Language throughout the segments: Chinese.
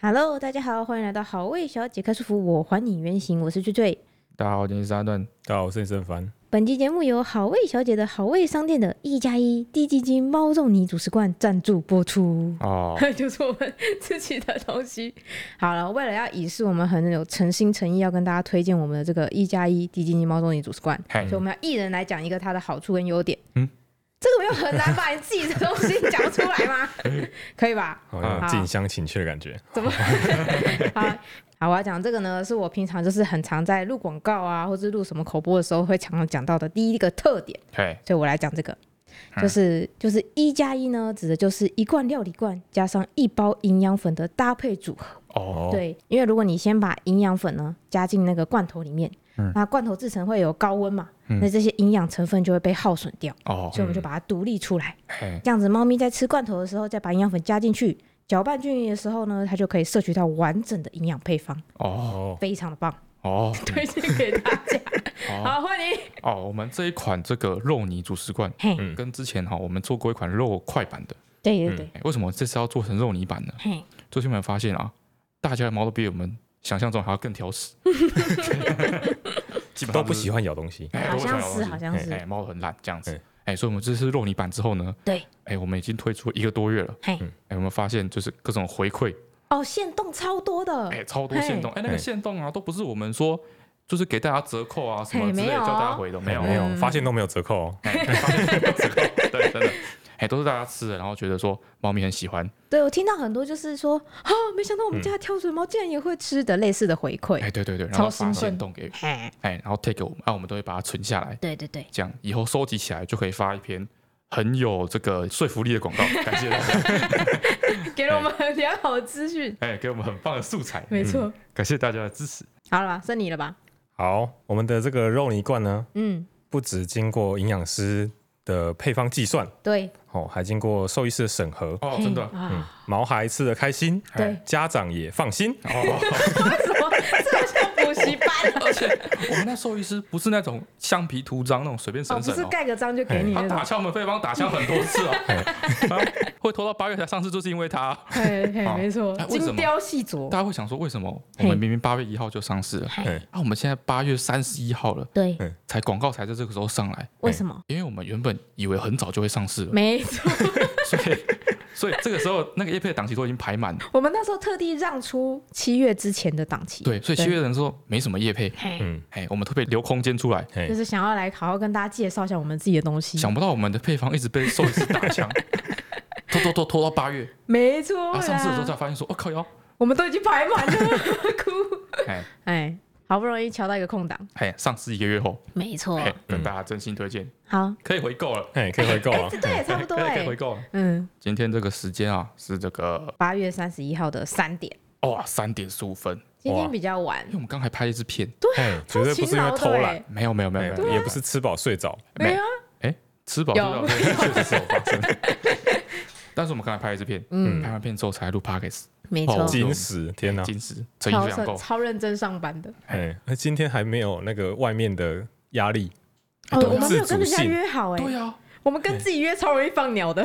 Hello，大家好，欢迎来到好味小姐开束缚，我还你原形，我是醉醉。大家好，今天是阿段。大家好，我是沈凡。本期节目由好味小姐的好味商店的一加一低基金猫肉泥主食罐赞助播出。哦， 就是我们自己的东西。好了，为了要以示我们很有诚心诚意要跟大家推荐我们的这个一加一低基金猫肉泥主食罐，嘿嗯所以我们要一人来讲一个它的好处跟优点。嗯，这个没有很难把你自己的东西讲出来 吗？可以吧？好嗯像近乡情怯的感觉。怎么？ 好好，我要讲这个呢，是我平常就是很常在录广告啊，或是录什么口播的时候会常常讲到的第一个特点，嘿，所以我来讲这个，嗯就是、就是一加一呢，指的就是一罐料理罐加上一包营养粉的搭配组合。哦，对，因为如果你先把营养粉呢加进那个罐头里面，嗯那罐头制成会有高温嘛，那这些营养成分就会被耗损掉，哦所以，我们就把它独立出来。嘿，这样子，猫咪在吃罐头的时候，再把营养粉加进去，搅拌均匀的时候呢，它就可以摄取到完整的营养配方，哦，哦，非常的棒， 哦，推荐给大家。好，欢迎。 哦，我们这一款这个肉泥主食罐，嘿，嗯跟之前哈，我们做过一款肉块版的。对对对，哎为什么这次要做成肉泥版呢？嘿，最近我们发现啊，大家的猫都比我们想象中还要更挑食，基本上都不喜欢咬东西。欢好像是好像是，哎，猫很懒这样子嗯。哎，所以我们这次肉泥版之后呢，对，哎，我们已经推出一个多月了。嘿，哎，我们发现就是各种回馈，哦，线动超多的，哎，超多限动，哎，那个嘿限动啊，都不是我们说就是给大家折扣啊什么嘿之类没的，有叫大家哦回的，没没有有没有，嗯发现都没有折扣哦。 对，真的，哎，都是大家吃的，然后觉得说猫咪很喜欢，对我听到很多就是说啊，没想到我们家的跳水猫竟然也会吃的类似的回馈嗯哎，。对对对，然超后兴发现奋动给，嘿，哎，然后 take 我们，啊，我们都会把它存下来，对对对，这样以后收集起来就可以发一篇很有这个说服力的广告，感谢大家，给了我们良好的资讯，哎，给我们很棒的素材，没错。感谢大家的支持，好了吧，剩你了吧？好，我们的这个肉泥罐呢，嗯，不只经过营养师的配方计算，对，哦，还经过兽医师的审核。哦，嘿真的，嗯嗯啊，，毛孩吃的开心，对家长也放心。哦，为什么 这好像补习班啊？而且我们那兽医师不是那种橡皮图章那种随便哦，省不省是哦。盖个章就给你他那打种。枪，我们对方打枪很多次 哦，然后会拖到八月才上市，就是因为他。嘿嘿，哦没错哎，为什么精雕细琢。 大家会想说，为什么我嘿们明明八月一号就上市了，嗯，啊，我们现在八月三十一号了，对嗯才广告才在这个时候上来，为什么？因为我们原本以为很早就会上市了，没错，所以 所以这个时候那个叶配的档期都已经排满了，我们那时候特地让出七月之前的档期。对，所以七月人嗯说没什么叶配，嘿，嗯，哎，我们特别留空间出来，嘿就，是想要来好好跟大家介绍一下我们自己的东西。哎想不到我们的配方一直被兽医师打 枪，拖拖拖拖到八月，没错然啦，后啊上市的时候才发现说，哦靠腰，我们都已经排满 了，哭。哎哎，好不容易敲到一个空档。哎，上市一个月后，没错哎，跟大家真心推荐，好，可以回购了，嘿，可以回购哎啊，。这对也差不多可以可哎以回。购了。嗯，今天这个时间啊，是这个八月三十一号的三点，哇三点十五分，今天哇比较晚因。为我们刚才拍了一支片，嘿，绝超对不勤是因为劳的偷懒哎，，没有没有没有没有嘿也不是吃饱睡着。对啊，哎，吃饱睡有觉这件事确实是有 发生。但是我们刚才拍了一支片，嗯，拍完片之后才录 podcast，没哦错，金石，天哪！金石诚意超非常认够。超认真上班的。哎，那今天还没有那个外面的压力，哦，对我们没有跟自主人家性约好哎。对啊，我们跟自己约超容易放鸟的。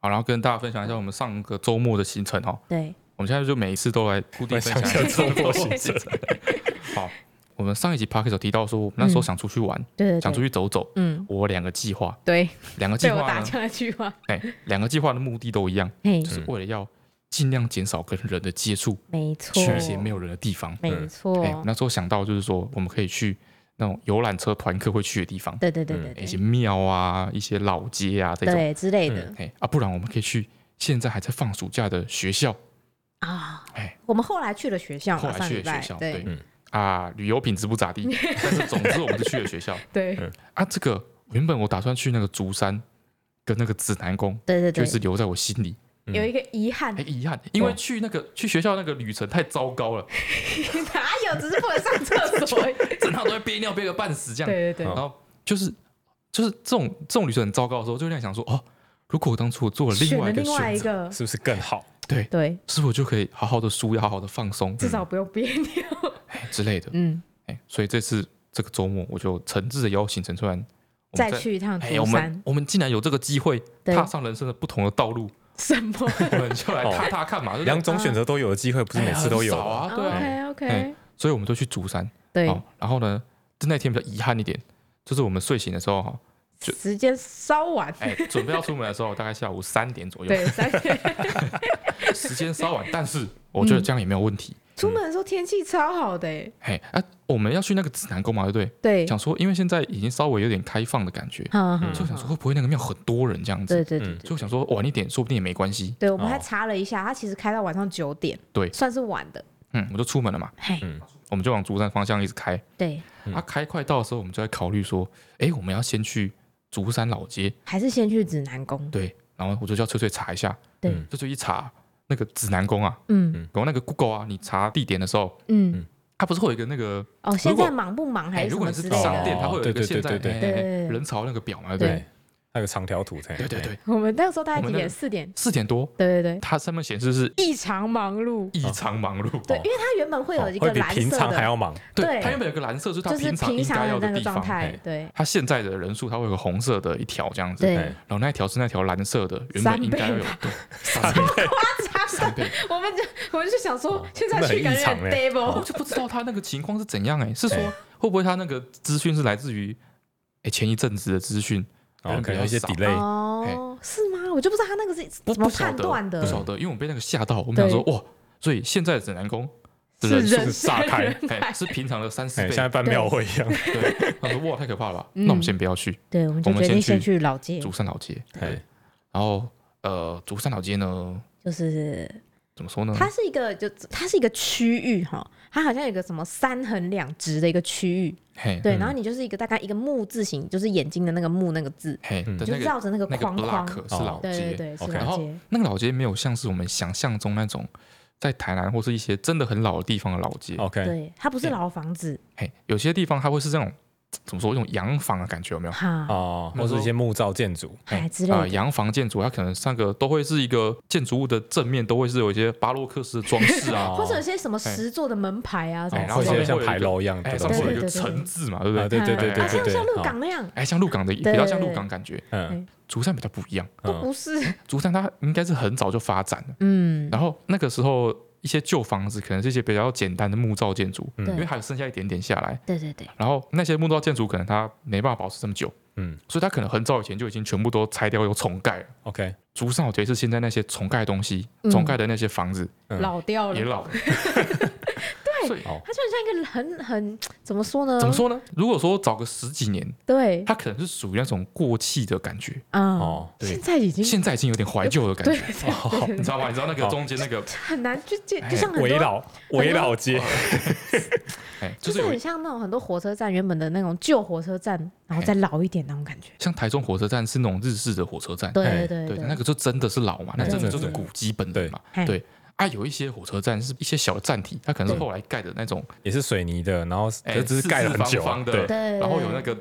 好，然后跟大家分享一下我们上个周末的行程哦。 对，我们现在就每一次都来固定分享一下分享一下周末行程。 好，我们上一集 podcast 有提到说，我们那时候想出去玩，对嗯对想出去走走。嗯，我有两个计划，对，两个计被我划打呢，枪的句话，哎，两个计划的目的都一样，嘿就，是为了要尽量减少跟人的接触，没错，去一些没有人的地方。没哎、我错，那时候想到就是说，我们可以去那种游览车团客会去的地方，对对对对哎一些对庙啊、一些老街啊这种。对之类的哎、啊，不然我们可以去现在还在放暑假的学校啊哎。我们后来去了学校嘛，后来上去礼了拜学校对对啊，旅游品质不 咋地，但是总之我们就去了学校对啊。这个原本我打算去那个竹山跟那个指南宫，对对就对是，留在我心里。有一个遗憾哎、，遗憾，因为哦去那个去学校那个旅程太糟糕了， 哪有只是不能上厕 所而已？整趟都在憋尿憋个半死这样。对对对然后就是就是这种这种旅程很糟糕的时候，就会在想说，哦，如果我当初我做了另选外了一个另外选一择，个，是不是更好？对，对，是否就可以好好的舒压、好好的放松至少不用憋尿。哎之类的？嗯，哎，所以这次这个周末我就诚挚的邀请陈川我再们去一趟哎，我涂们山，我们竟然有这个机会对踏上人生的不同的 道路，什 么我们就来踏踏看嘛。就是两种选择都有的机会，不是每次都有嗯哎呀很少。啊，对啊， ？OK OK，哎所以我们就去竹山。对哦，，然后呢，就那天比较遗憾一点，就是我们睡醒的时候哈，就时间稍晚，哎，准备要出门的时候，大概下午三点左右，对，三点时间稍晚，但是我觉得这样也没有问题。 出门的时候天气超好的欸，嘿，啊，我们要去那个指南宫嘛，对不对？对，想说，因为现在已经稍微有点开放的感觉，嗯嗯就想说嗯会不会那个庙很多人这样对子？对对嗯对就想说晚一点，说不定也没关系。对，我们还哦查了一下，它其实开到晚上九点，对算是晚的，嗯，我就出门了嘛，嘿，我们就往竹山方向一直开。对，嗯啊，开快到的时候，我们就在考虑说，哎，我们要先去竹山老街，还是先去指南宫，对。然后我就叫翠翠查一下，对嗯翠翠一查那个指南宫啊，嗯然后那个 Google 啊，你查地点的时候，嗯，它不是会有一个那个，哦，现如果在忙不忙哎，还是如什果么你是之类商的？店，它会有一个哦现在对对对哎对对哎对人潮那个表嘛，对不对？对，还有个长条图才对对对，，我们那个时候大概几我们那点？个哦四点，四点多，对对对，它上面显示是异常忙碌，异常忙碌，哦对，因为它原本会有一哦会个比蓝平色常还的，要忙。哦对它原本有个蓝色，就是它就是常平应该常要的那地个状方。态哎，对 它现在的人数，它会有个红色的一条这样子，对哎然后那一条是那条蓝色的，原三本应该要有倍 对三倍，三倍，我们就我们就想说哦，现在去感觉真的很很 d e 异 v 我 i 就不知道他那个情况是怎样哎、是说哎会不会他那个资讯是来自于哎前一阵子的资讯，然嗯哦后可能有一些人比较 l delay，哦，是吗？我就不知道他那个是不怎么不晓判得断的不，晓得，因为我们被那个吓到，我们想说哇，所以现在的指南宫的人是数人是炸山开人，海哎，是平常的三四哎，倍像在。办庙会一样。对，他说哇，太可怕了吧，嗯那我们先不要去 对，我们就我们决定先先去去老街，竹山老街，哎，然后呃，竹山老街呢，就是怎么说呢？它是一个就它是一个区域哈，它好像有一个什么三横两直的一个区域，嘿，对，嗯然后你就是一个大概一个木字形，就是眼睛的那个木那个字，嘿嗯的就那个绕着那个那个框框， block 是哦老对对街，哦对，是 OK 然老后街，那个老街没有像是我们想象中那种在台南或是一些真的很老的地方的老街，哦 OK，对，它不是哎老房子嘿，有些地方它会是这种怎么说，一种洋房的感觉，有没有？哈，哦，或是一些木造建筑，哎哎之类啊，的，洋房建筑它可能上个都会是一个建筑物的正面都会是有一些巴洛克式的装饰啊，或者有些什么石做的门牌啊什么哎然哦后或之者类面的，会像有一个牌楼一样哎的上东面西会。有 一对对个对城字嘛，对不啊，对？对对嗯对啊对像对像对，鹿港那样，哎，像鹿港的比较像鹿港感觉，嗯竹山比较不一样，都嗯，不是，竹山它应该是很早就发展了，嗯，然后那个时候一些旧房子可能是一些比较简单的木造建筑，嗯因为还有剩下一点点下来，对对对，然后那些木造建筑可能它没办法保持这么久，嗯所以它可能很早以前就已经全部都拆掉又重盖了。 ，OK，竹上我觉得是现在那些重盖的东西嗯，重盖的那些房子嗯老掉也了， 老了。对所以它就很像一个很很怎么说呢？怎么？说呢？如果说早个十几年，对，它可能是属于那种过气的感觉，嗯，哦，现在已经现在已经有点怀旧的感对觉，对对你知道吗？你知道那个好中间那个，很难就就哎就像很围多，老围老哦街，哎，就就是是有很像那种很多火车站原本的那种旧火车站，哎然后再老一点那种感觉。像台中火车站是那种日式的火车站，对哎对哎对，对，那个就真的是老嘛，那对真的对就是对古迹本人嘛，嘿对。啊，有一些火车站是一些小的站体，它可能是对后来盖的那种，也是水泥的，然后哎这只是盖了很久四四方啊，方的对，对，然后有那个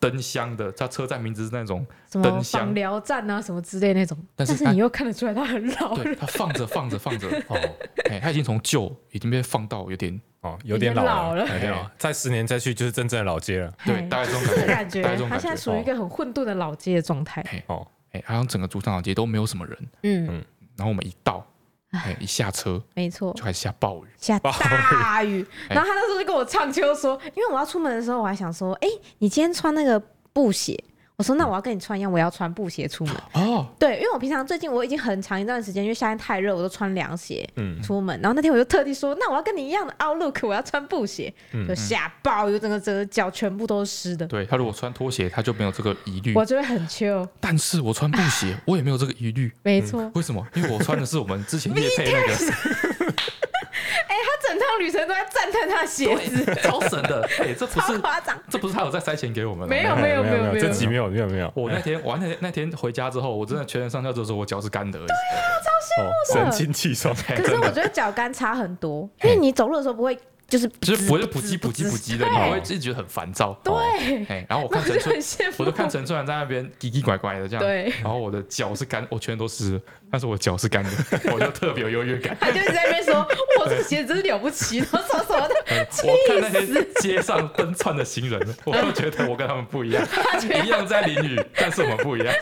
灯箱的，它车站名字是那种，什么灯箱访疗站啊什么之类那种，但但是是你又看得出来它很老对，了，它放着放着 放着，哦，哎，它已经从旧已经被放到有点，哦，有点有点老老了了，有点哎老了，再十年再去就是真正的老街了，对嘿，大概这种哎这感 感觉觉，大概这种它感现在觉，属于一个很混沌的老街的状态。哎哦，哎，好像整个主场街都没有什么人，嗯，然后我们一到，哎，一下车没错就，开始下暴雨，下大雨。哎然后他那时候就跟我唱秋说，因为我要出门的时候，我还想说，哎，你今天穿那个布鞋。我说那我要跟你穿一样，我也要穿布鞋出门。哦，对，因为我平常最近我已经很长一段时间，因为夏天太热，我都穿凉鞋嗯，出门。然后那天我就特地说，那我要跟你一样的 outlook，我要穿布鞋，嗯就下暴雨，整个整个脚全部都是湿的，对他如果穿拖鞋，他就没有这个疑虑，我就会很 chill。但是我穿布啊鞋，我也没有这个疑虑，没错，为什么？因为我穿的是我们 之前夜配那个。E 他整趟旅程都在赞叹他的鞋子，超神的，哎、这不超是夸张。这不是他有在塞钱给我们的没有吗没有没有没有这集没有没有没有，哦我那天我那天那天回家之后，我真的全身上下都是我脚是干的而已。哦，神清 气爽，可是我觉得脚干差很多，哎因为你走路的时候不会就是就是不会补给补给补给的，你对会一直觉得很烦躁。对，哎，然后我我看就陈很春，羡慕。我就看陈春兰在那边叽叽拐拐的这样，对然后我的脚是干，我全都湿了，但是我 脚是干的，我就特别有优越感。 他就是在那边说：“哇，这个鞋真是了不起！”然后什么什么的，我看那些街上奔窜的行人， 我都觉得我跟他们不 一样，一样在淋雨， 但是我们不一样，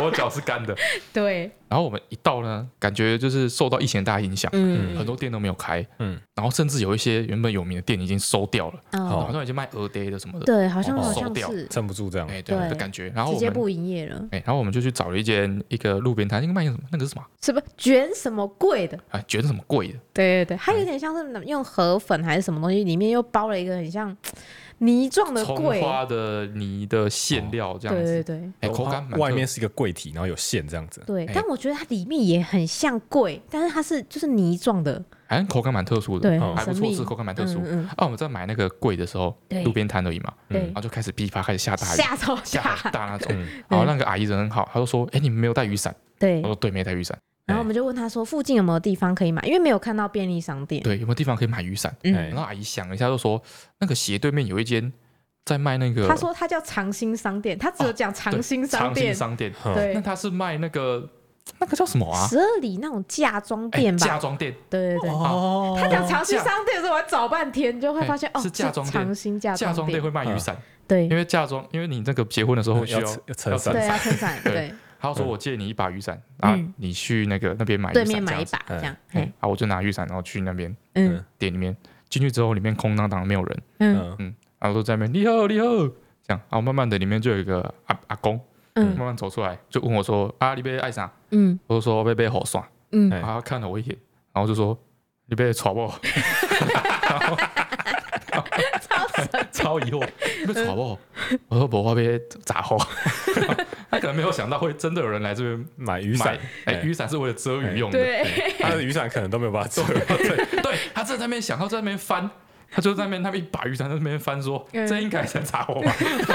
我脚是干的。对，然后我们一到呢，感觉就是受到疫情的大影响，嗯，很多店都没有开，嗯，然后甚至有一些原本有名的店已经收掉了，哦好，像已经卖鹅爹的什么的，对，好像哦好像收掉是撑不住这样。哎，对对的感觉。然后直我接们不营业了，哎，然后我们就去找了一间一个路边摊，那个卖什么？那个是什么？什么卷什么贵的，哎，觉得什么贵的？对对对，嗯它有点像是用河粉还是什么东西，里面又包了一个很像泥状的葱桂，花的泥的馅料这样对对子，对哎，口感蛮特哦外面是一个柜体，然后有线这样子。对哎，但我觉得它里面也很像桂，但是它是就是泥状的，好像口感蛮特殊的，对，哦很还不神错，秘是，口感蛮特殊。嗯嗯，啊，我们在买那个贵的时候，对路边摊而已嘛，嗯对然，后就开始噼啪开始下大雨，吓超下吓很，大那种。嗯，然后那个阿姨人很好，她就说：“哎，你们没有带雨伞？”对我，说：“对，没带雨伞。然后我们就问他说附近有没有地方可以买，因为没有看到便利商店，对，有没有地方可以买雨伞？”嗯哎然后阿姨想了一下，就说：“那个斜对面有一间在卖那个他说他叫长兴商店，他只有讲长兴商哦长兴店，商店，对那他是卖那个那个叫什么啊？十二里那种嫁妆哎店嫁吧，妆店，对对对。哦他讲长兴商店的时候，我还找半天，就会发现哎哦，是嫁妆店长兴嫁嫁妆嗯妆店会卖雨伞，对因为嫁妆，因为你这个结婚的时哦候需嗯要要撑。要撑要伞对，要撑伞，对对，他说：“我借你一把雨伞啊嗯，你去那个那边买雨对伞，面这买样一子把这样，嗯嘿，啊，我就拿雨伞，然后去那边嗯店里面。进去之后，里面空荡荡，没有人，嗯嗯，然后都在那边你好你好，这样。啊，慢慢的里面就有一个阿阿公，慢嗯慢走出来，就问我说：‘啊，你被爱啥嗯？’我就说：‘被被好耍。’嗯，哎然后他看了我一眼，然后就说：‘你被吵不？’超疑惑，你被吵不？我说：‘不，我被砸后。’ 他可能没有想到会真的有人来这边买雨买伞，哎，雨伞是为了遮雨用的。对，他的雨伞可能都没有办法遮。 对，对他正在那边想，他在那边翻，他就在那边那边一把雨伞在那边翻说，嗯这应该是砸我吧，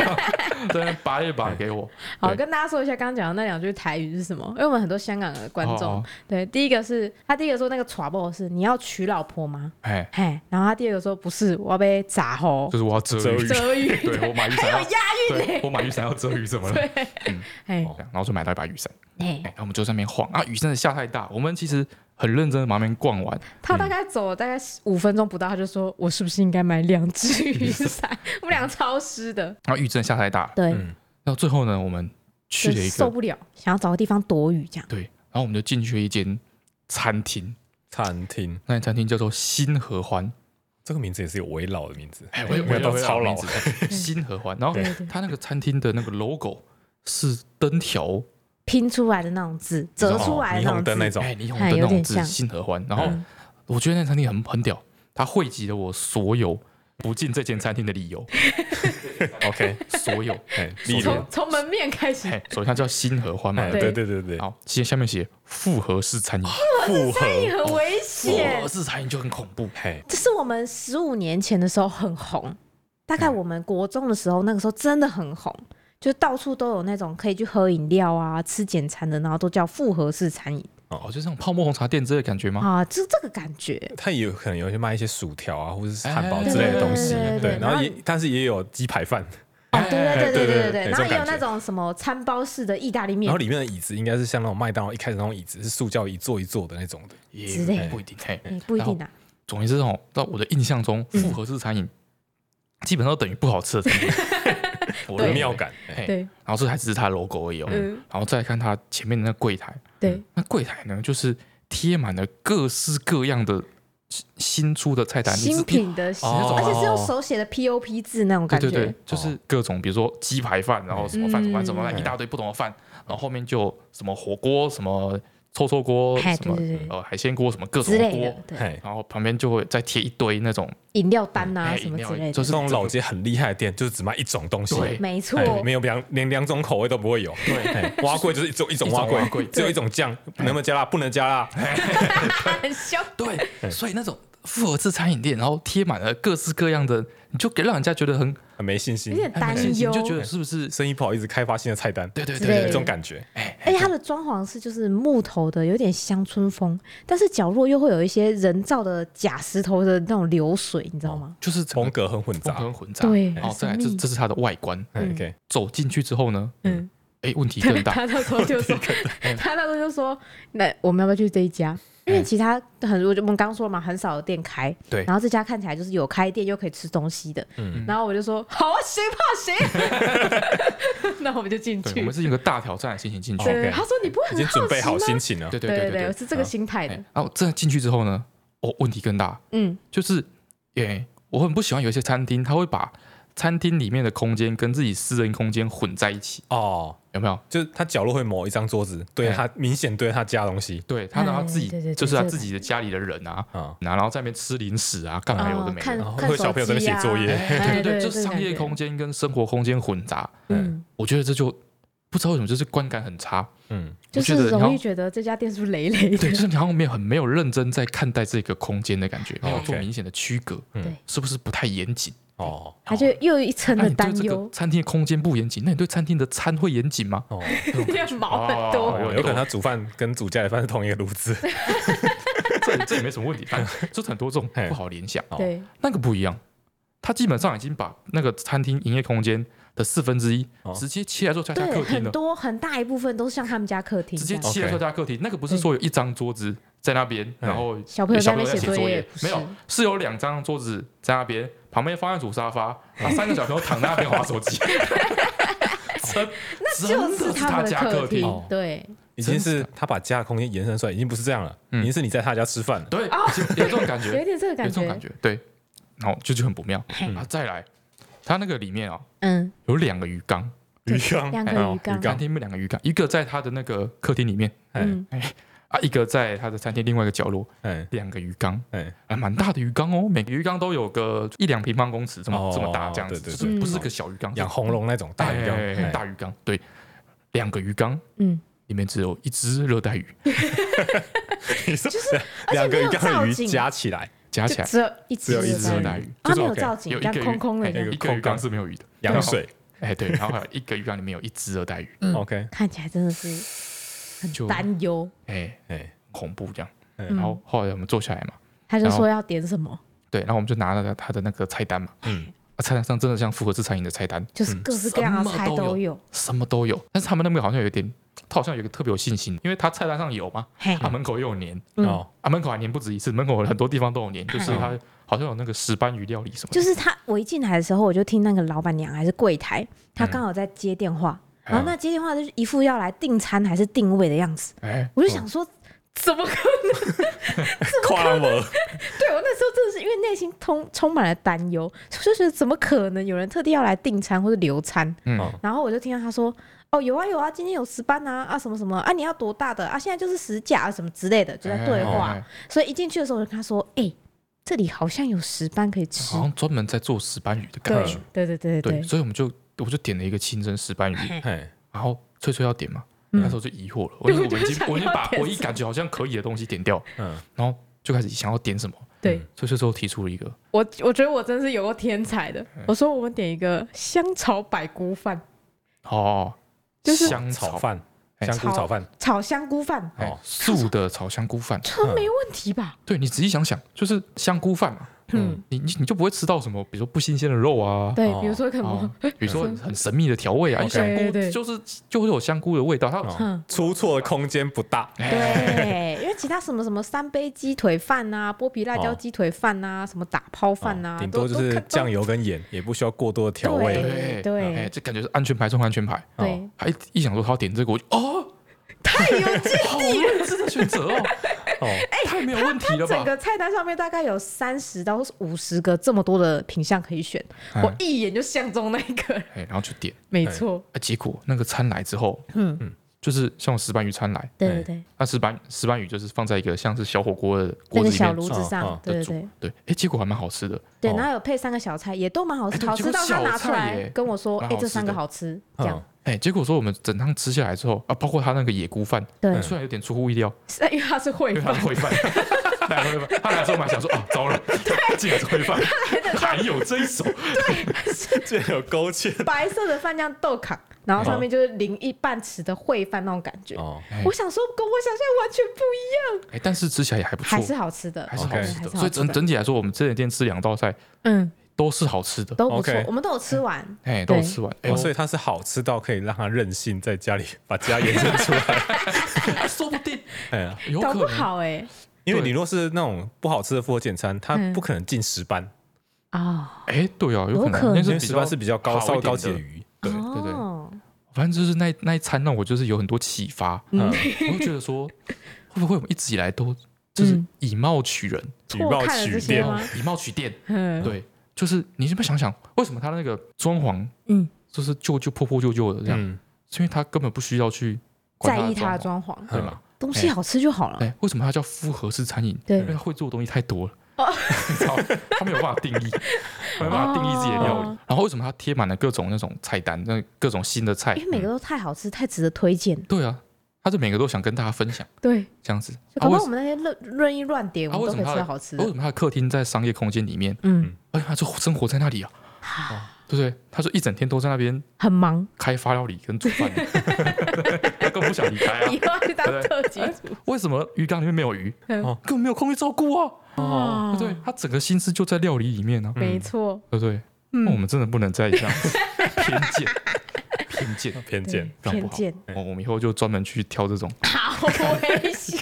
在那边拔一把给我。好，对跟大家说一下刚刚讲的那两句台语是什么，因为我们很多香港的观哦众哦，对，第一个是他第一个说那个 trouble 是你要娶老婆吗？哎，嘿，然后他第二个说不是，我要被砸吼就，是我要遮雨，遮雨， 对我买雨伞还要 有押韵对嘞，我买雨伞要遮雨怎么了？对，嘿哦，然后就买到一把雨伞，哎嘿哎，，然后我们就在那边晃啊，雨真的下太大，我们其实很认真的把那边逛完，他大概走了大概五分钟不到，他就说我是不是应该买两只雨伞？ 我们俩超湿的，然后雨真的下太大了，对，嗯到最后呢，我们去就了一受个不了，想要找个地方躲雨这样。对，然后我们就进去一间餐厅，餐厅那间餐厅叫做新合欢，这个名字也是有微老的名字，哎，没我有我到超老。 新合欢。然后对对它那个餐厅的那个 logo 是灯条，拼出来的那种字，折出来的霓那虹种灯那字，种哎，霓虹哎灯那有种点字，像新合欢。然后嗯我觉得那个餐厅很很屌，它汇集了我所有不进这间餐厅的理 由， ，OK， 所有。哎，例如，从从门面开始，哎，首先它叫新合欢嘛哎，，对对对对对，哦好，接下面写复合式餐饮，复你合，哦很危复险合。式餐饮就很恐怖。嘿，这是我们十五年前的时候很红，大概我们国中的时候，那个时候真的很红，就到处都有那种可以去喝饮料啊、吃简餐的，然后都叫复合式餐饮哦，就这种泡沫红茶店之类的感觉吗？啊，就这个感觉。它也有可能有一些卖一些薯条啊，或者是汉堡之类哎的东西哦对对对，对对，然然后后也但是也有鸡排饭，哦，对哎对对对对对对，哎然后也有这种感觉那种什么餐包式的意大利然面后里面的椅子应该是像那种麦当劳一开始那种椅子是塑胶一座一座的那种的，之类也不一定。嘿，哎，不一定啊。总而言之哦，在我的印象中，复合式嗯餐饮基本上都等于不好吃的餐 饮，我对认有为妙。感，哎嘿对然后这还只是它的 logo 而已哦。嗯然后再看它前面的那柜台，对，那柜台呢就是贴满了各式各样的新新出的菜单，就是新品的，哦而且是用手写的 POP 字那种对感对对觉。，就是各种比如说鸡排饭，然后什么饭嗯什么饭什么饭，嗯一大堆不同的饭，然后后面就有什么火锅什么。臭臭锅哎什么对对对呃海鲜锅什么各种之类锅的，，对，嘿，然后旁边就会再贴一堆那种饮料单啊哎什么饮料之类的，就是这种老街很厉害的店，就是只卖一种东西，对没错，哎没有两连两种口味都不会有，对，哎蛙柜就是只有一种一种哎蛙蛙柜柜，只有一种酱，能不能加辣？不能加辣，哎很凶。对，所以那种复合式餐饮店，然后贴满了各式各样的，你就给让人家觉得很很没信心有，点很担没信心忧，就觉得是不是？生意不好一直开发新的菜单，对对之对类对的这对种感觉，哎， 而且它的装潢是就是木头的，有点乡村风，但是角落又会有一些人造的假石头的那种流水，你知道吗？就是整风个格很混风格嗯杂很混杂。哦对然后再来很神这秘这是它的外观，哎，OK，走进去之后呢，嗯，哎、问题他 更大。他到时候就说，他到时候就说，那我们要不要去这一家？因为其他很，我就我们刚说嘛，很少有店开，对然后这家看起来就是有开店又可以吃东西的，嗯然后我就说好啊，谁怕谁？ 那我们就进对，去我。们是一个大挑战的心情进去。哦对 OK 他说你不会已很经准备好好奇心吗？情了。对对对对对对对，是这个心态哎的。然后真的进去之后呢，哦，问题更大，嗯，就是，哎、我很不喜欢有一些餐厅，他会把餐厅里面的空间跟自己私人空间混在一起，哦，有没有？就是他角落会某一张桌子，对哎他明显对他加东西对他，然后自己、哎对对对就是他这个自己的家里的人啊，啊，然后在那边吃零食啊，干嘛有的哦没看的。然后看会小朋友在那手机边写作啊业哎哎 对对对，对，就这是个商感业觉空间跟生活空间混杂，嗯，我觉得这就不知道为什么，就是观感很差。嗯，就我觉是得你要容易觉得这家店是不是累累对，的就？是你好像没有很没有认真在看待这个空间的感觉，没有做哦 OK 明显的区隔，嗯对是不是不太严谨？哦他就又有一层那的啊你对担这个忧， 餐厅的空间不严谨，那你对餐厅的餐会严谨吗？哦，要毛很多。哦有可能他煮饭跟煮家里饭是同一个炉子，这这也没什么问题，但就是很多这种 嘿不好联想。哦对，那个不一样，他基本上已经把那个餐厅营业空间的四分之一哦直接切来做他家对，客厅很了，多很大一部分都是像他们家客厅直这样，接嗯切来做他家客厅。那个不是说有一张桌子在那边，嗯然后小朋友在那边在写作作业，没有不是有两张桌子在那边，旁边放一组沙发，然后三个小朋友躺在那边划手 机。是，真真就的是是他们的家客厅，哦对，已经真是的他把家的空间延伸出来，已经不是这样了，嗯已经是你在他家吃饭了。对，有这种感觉，哦 有一点这个有感这种觉嗯感。觉，对，然后就就很不妙。嘿啊，再来，它那个里面啊、嗯，有两个鱼缸，对鱼缸，两个哎哦鱼缸餐厅里面两个鱼缸，一个在它的那个客厅里面哎嗯，啊，一个在它的餐厅另外一个角落，哎两个鱼缸，哎，啊，蛮大的鱼缸哦，每个鱼缸都有个一两平方公尺这么、哦这么大，这样子，对对就是对不是个小鱼缸，养是红龙那种大鱼缸，哎哎大鱼缸，对，两个鱼缸嗯，里面只有一只热带鱼，你说 而且两个没鱼有缸的造鱼景加起来，加起就来只有一只只有一只只在热那带里鱼，啊，就是没有 OK，造景，有一这个样鱼空空的哎这一样，个鱼缸是没有鱼的，养水哎，对，然后还有一个鱼缸里面有一只热带鱼，嗯 OK，看起来真的是就很担忧。哎，哎，恐怖这样。嗯然后后来我们坐下来嘛，他就然后说要点什么，对，然后我们就拿了他的那个菜单嘛，嗯啊，菜单上真的像复合式餐饮的菜单，就是各式各样的嗯什么菜都有有。什么都有。但是他们那边好像有点，他好像有一个特别有信心，因为他菜单上有嘛，嘿，他、门口又有粘，嗯哦，啊，门口还粘不止一次，门口很多地方都有粘，就是嗯他好像有那个石斑鱼料理什么的，就是他，我一进来的时候，我就听那个老板娘还是柜台，嗯她刚好在接电话，然后那接电话就是一副要来订餐还是定位的样子，哎，我就想说，怎么可嗯跨我，对我那时候真的是因为内心充充满了担忧，就觉得怎么可能有人特地要来订餐或者留餐？嗯，哦然后我就听到他说：“哦，有啊有啊，今天有十班啊啊什么什么啊，你要多大的啊？现在就是十架啊什么之类的，就在对话。哎，哎所以一进去的时候，我就跟他说：‘哎、这里好像有十班可以吃好。像专门在做石斑鱼的感对觉，’对对对对对，对，所以我们就我就点了一个清蒸石斑鱼， 哎，然后翠翠要点嘛，嗯那时候就疑惑了，我因为我们已经我已经把 我就想要点什么唯一感觉好像可以的东西点掉，嗯，然后就开始想要点什么，对翠翠最后提出了一个，我我觉得我真是有个天才的。我说我们点一个香草百菇饭，哦，就是香炒草饭，哎嗯香菇炒炒饭，炒香菇饭，哎哦素的炒香菇饭。这没问题吧？对你仔细想想，就是香菇饭嘛，嗯，你你你就不会吃到什么，比如说不新鲜的肉啊，对哦，比如说可哦能，比如说很神秘的调味啊， OK 一香嗯哦对对菇对就是就会有香菇的味道，它哦哼。出错的空间不大，对，因为其他什么什么三杯鸡腿饭呐、剥皮辣椒鸡腿饭呐、什么打抛饭呐、哦都顶多就都是看酱油跟盐，也不需要过多的调味。对对哎哎，这感觉是安全牌中安全牌。对、哦他一一想说他要点这个，我就哦，太有劲，好认真的选择哦， 哦，太没有问题了整吧？个菜单上面大概有三十到五十个这么多的品相可以选，我哎一眼就相中那一个，哎，然后去点，没错，哎结果那个餐来之后，嗯嗯，就是像石斑鱼餐来，对哎对对，那石斑石斑鱼就是放在一个像是小火锅的那锅个子里小面炉子哦上哦，对的对煮对。对，哎，结果还蛮好吃的，对，哦然后有配三个小菜，也都蛮好哎吃，对好吃结果到他小拿菜出来耶跟我说：“蛮哎、好这吃三个的好吃。”这样嗯，，哎，结果说我们整趟吃下来之后啊，包括他那个野菇饭，对，虽然有点出乎意料，是因为他是因烩为他 饭，是烩饭，他来烩饭，他来之后嘛想说啊，糟了，竟然是烩饭，还有这一手，这有勾芡白色的饭酱豆卡，然后上面就是淋一半匙的烩饭那种感觉。哦，哎我想说跟我想象完全不一样，哎，但是吃起来也还不错还，是好吃的，还是好 OK 吃还是的，好吃的所以整整体来说，我们这间店吃两道菜嗯，都是好吃的，都不错 OK 我们都有吃完。哎，都有对吃完，哎哦，，所以它是好吃到可以让它任性，在家里把家延伸出 来。哎说不定哎呀，有搞可不能好哎、因为对你若是那种不好吃的复活简餐，它嗯不可能进石斑，啊，哎，对哦，有有可能能，但因是为比石较斑是比较高好一稍微点高级的的鱼。对对对哦反正就是那那一餐让我就是有很多启发，嗯，我就觉得说，会不会我们一直以来都就是嗯以貌取人，哦以错貌看了这取些店吗？以貌取店，嗯，对，就是你这边想想，为什么他那个装潢，嗯，就是旧旧破破旧旧的这样，嗯，是因为他根本不需要去管在意它他的的潢，装潢，对嘛？东西好吃就好了。哎，为什么它叫复合式餐饮？对哦因为它会做的东西太多了， 你知道吗他没有办法定 义，没有办法定义自己的料理哦。然后为什么它贴满了各种那种菜单，那各种新的菜因？为每个都太好吃，太值得推荐了。对啊，他就每个都想跟大家分享对，这样子。就搞啊，不为好什我们那些任任意乱点，啊我们为都什可么以他吃到的好吃为的什。么他的客厅在商业空间里面？嗯，哎呀，他就生活在那里啊，对不对？他说一整天都在那边很忙，开发料理跟煮饭，他更不想离开啊。 以后要去当特级组。为什么鱼缸里面没有鱼？嗯哦，根本没有空去照顾啊。哦，哦对，，他整个心思就在料理里面啊，没错。对不对？那我嗯，们真的不能再这样子偏见，偏见。 偏对见。让不偏好见，哦，我们以后就专门去挑这种好危险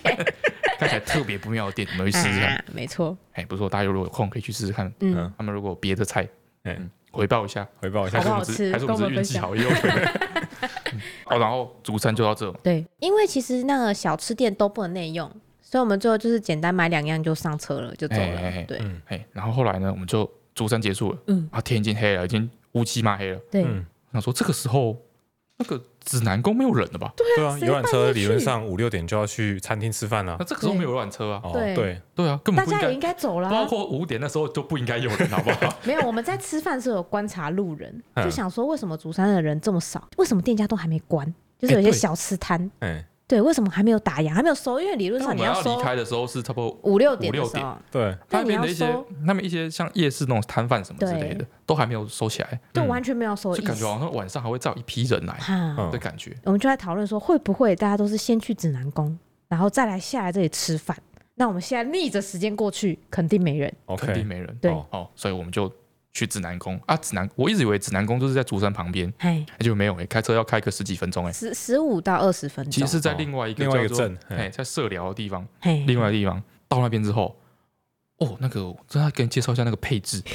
看起来特别不妙的店，哎你们去试试看。啊！没错，哎，不错，大家如果有空可以去试试看。嗯，嗯，他们如果有别的菜，哎嗯，回报一下，回报一还下是好不我们好只吃还是我们跟我只们运分气享好，也有可能。 嗯哦，然后主餐就到这，对，因为其实那个小吃店都不能内用，所以我们最后就是简单买两样就上车了，就走哎哎哎了。对嗯哎，然后后来呢，我们就主餐结束了，嗯啊，天已经黑了，已经乌漆嘛黑了。对，嗯，我想说这个时候，那个指南宫没有人了吧？对啊，谁游览办车得理论去上五六点就要去餐厅吃饭了啊那。这个时候对没有游览车啊，哦，对对，对啊，根大本不应家也该应。该走了啊。包括五点那时候就不应该有人，好不 好？没有，我们在吃饭的时候有观察路人，嗯就想说为什么竹山的人这么少，为什么店家都还没关？就是哎有一些对小吃摊，哎，对，为什么还没有打烊，还没有收？因为理论那我上你们要收离开的时候是差不多五六点五的六时点候，对，那那你边要的一些收，那边一些像夜市那种摊贩什么之类的对，都还没有收起来，对，嗯完全没有收的就意感思觉。好像晚上还会再有一批人来哈，嗯的感觉。我们就在讨论说，会不会大家都是先去指南宫，然后再来下来这里吃饭？那我们现在逆着时间过去，肯定没人。肯定，OK，没人。对哦哦，所以我们就去指南宫啊，指南，我一直以为指南宫就是在竹山旁边，哎，哎就没有哎、开车要开个十几分钟哎、十十五到二十分其钟实，是在另外一个另叫外一个做镇哎、哎在社寮的地方，嘿另外一个地方到那边之后。哦，那个，我真的要给你介绍一下那个配置，哦、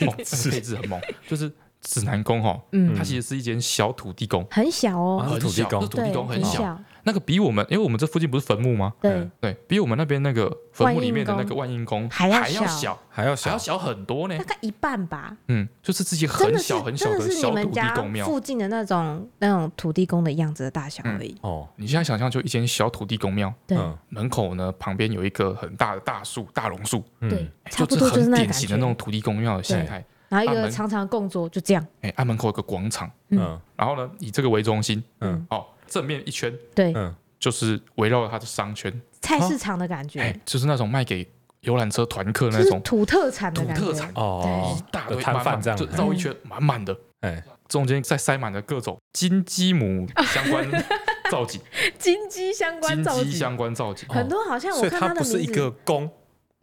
那个配置很猛，就是指南宫哦，嗯它其实是一间小土地公，很小啊哦，很土地小公那土对，地公很很小，，嗯那个比我们，因为我们这附近不是坟墓吗？对嗯，对，比我们那边那个坟墓里面的那万应宫个万应宫还要要小小，还要还小要，小很多呢大。概一半吧。嗯，就是自己真哎很的是小很小真的是小你土们地家公庙。附近的那种那种土地公的样子的大小嗯而已。哦，你现在想象就一间小土地公庙，对嗯门口呢旁边有一个很大的大树，大榕树，对嗯，，差不哎就多就是很那个典感型觉的那。种土地公庙的形态。然后一大个门长长的供桌，就这样。哎，啊门口有个广场，嗯然后呢以这个为中心，嗯哦，正面一圈对，嗯，就是围绕着它的商圈，菜市场的感哎觉，，就是那种卖给游览车团客就那是种土特产的土感特产 觉。，哦一，大堆摊贩满满这样就嗯绕一圈满满的，哎，中间再塞满了各种金鸡母 相关造景，金鸡相金关造鸡景，哦相关哦造景，很多好像所我以看它的不是一名个字，宫，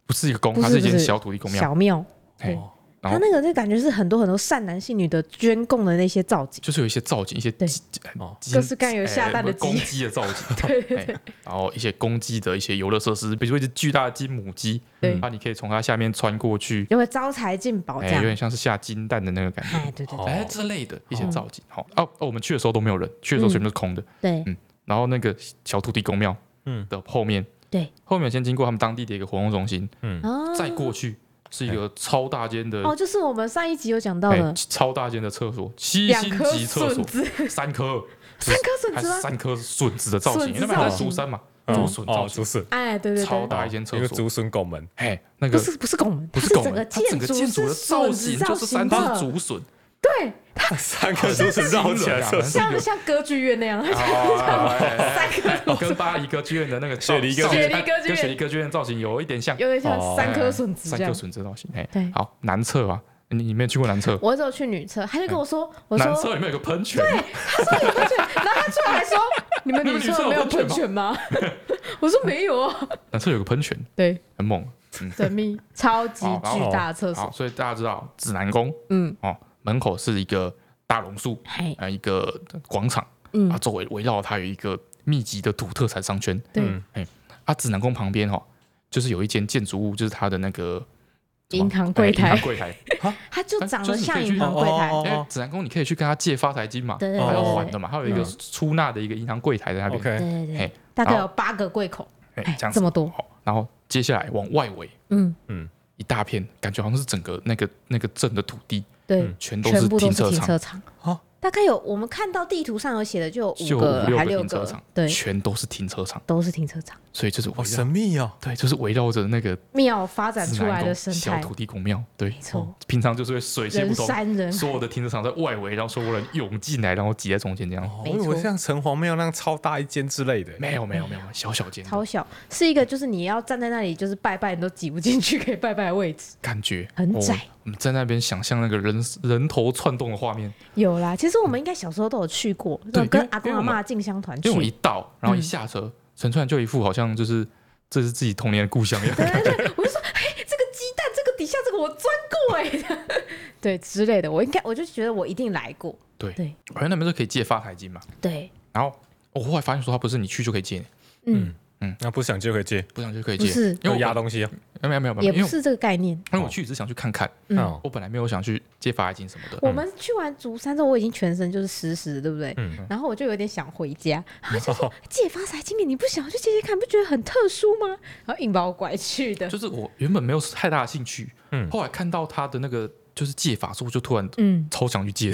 不是一个宫，不它是一间不是小土地公庙，小庙，哎哦然它后那个就感觉是很多很多善男信女的捐供的那些造景，就是有一些造景，一些对鸡哎哦鸡各式各样有下蛋的哎不是公鸡，鸡的造景，对 对哎然后一些公鸡的一些游乐设施，比如说一只巨大的金母鸡，对啊，你可以从它下面穿过去，就会招财进宝这哎，有点样。像是下金蛋的那个感觉，哎，对对哦哎之类的一些造景。好，哦，哦我们去的时候都没有人，去的时候全部都是空的。对嗯然后那个小土地公庙嗯的后面，对，后面先经过他们当地的一个活动中心，对，哦再过去是一哎个超大间的，哦，就是我们上一集有讲到哎的超大间的厕所，七两星颗级厕笋所，子，三颗，三颗笋还子是吗？三颗笋子的造笋型，子那边还造在型竹山嘛，嗯竹笋造哦，型竹，笋，哎，对对超对，大一间一厕个所，竹笋拱 门，哎，那不个是不是拱门，不它拱整个门，它整个建筑的是造笋子型造就是三型只的，竹 笋，对，三个竹笋绕起来厕所，像像歌剧院那样，啊它哦 三个哎跟巴黎歌剧院的那个雪梨造歌剧型院哎雪梨歌剧跟院雪梨歌剧院造型有一点像，有点像哦哎三颗笋子三这样颗。笋子造型，哎，对好，南侧啊，你你没有去过南侧？我只有去女厕，他就跟我说，我说南侧里面有个喷泉，他说有喷泉， 然后他出来还 说你们你们女女厕厕有没有 喷泉喷泉吗？我说没有啊，南侧有个喷泉，对，很猛。的密 超级哦然巨后大的厕好，所，所以大家知道指南宫嗯，哦，门口是一个大榕树，嘿，呃，一个广场，嗯啊，，周围围绕它有一个密集的土特产商圈。对，嗯啊，指南宫旁边哦，就是有一间建筑物，就是它的那个什么银行柜哎银台行，柜台，它就长哎就得是你像可以银去行柜台，哦因为指南宫你可以去跟他借发财金嘛，对对他要哦还的嘛，他有一个嗯出纳的一个银行柜台在那边。对 OK，对对嘿，大概然有后八个柜口，哎哎这样，这子么多，好，然后接下来往外围嗯，一大片，感觉好像是整个那个那个镇的土地对嗯，全都全是部停都是车停场，车场哦。大概有我们看到地图上有写的，就有就有五五六还个六停车个场，，对，全都是停车场，都是停车场，所以就是围好绕神秘哦。对，就是围绕着那个庙发展指出南来宫的生小态，土地公庙，对，没错哦平常就是会水泄不人通，山人海所有的停车场在外围，然后所有人涌进来，然后挤在中间这样。哦没我以为错像城隍庙那样超大一间之类的，没有没有没有，小小间的超小，是一个就是你要站在那里就是拜拜，你都挤不进去可以拜拜的位置。感觉很窄哦我们在那边想象那个人人头窜动的画面，有有啦，其实我们应该小时候都有去过，那种因为跟阿公因为阿我们妈进香团因为我一去。到，然后一下嗯车，陈川就一副好像就是这是自己童年的故乡 一样。我就说，嘿，这个鸡蛋，这个底下这个我钻过哎、 对之类的，我应该我就觉得我一定来过。 对对好像那边是可以借发财金嘛，对，然后哦我后来发现说他不是你去就可以借，嗯，那不想借可以借，不想就可以不借，是，哦因为要我压东西啊。没有没有没也有，因不为是这个概念。因为我去只是想去看看，嗯哦，我本来没有想去借发财金什么的。我们去完竹山之后，我已经全身就是湿湿的，对不对？嗯然后我就有点想回 家，然后就说借发财经理，你不想要去借借看，不觉得很特殊吗？然后硬把我拐去的。就是我原本没有太大的兴趣，嗯后来看到他的那个就是借法术，我就突然嗯，超想去借，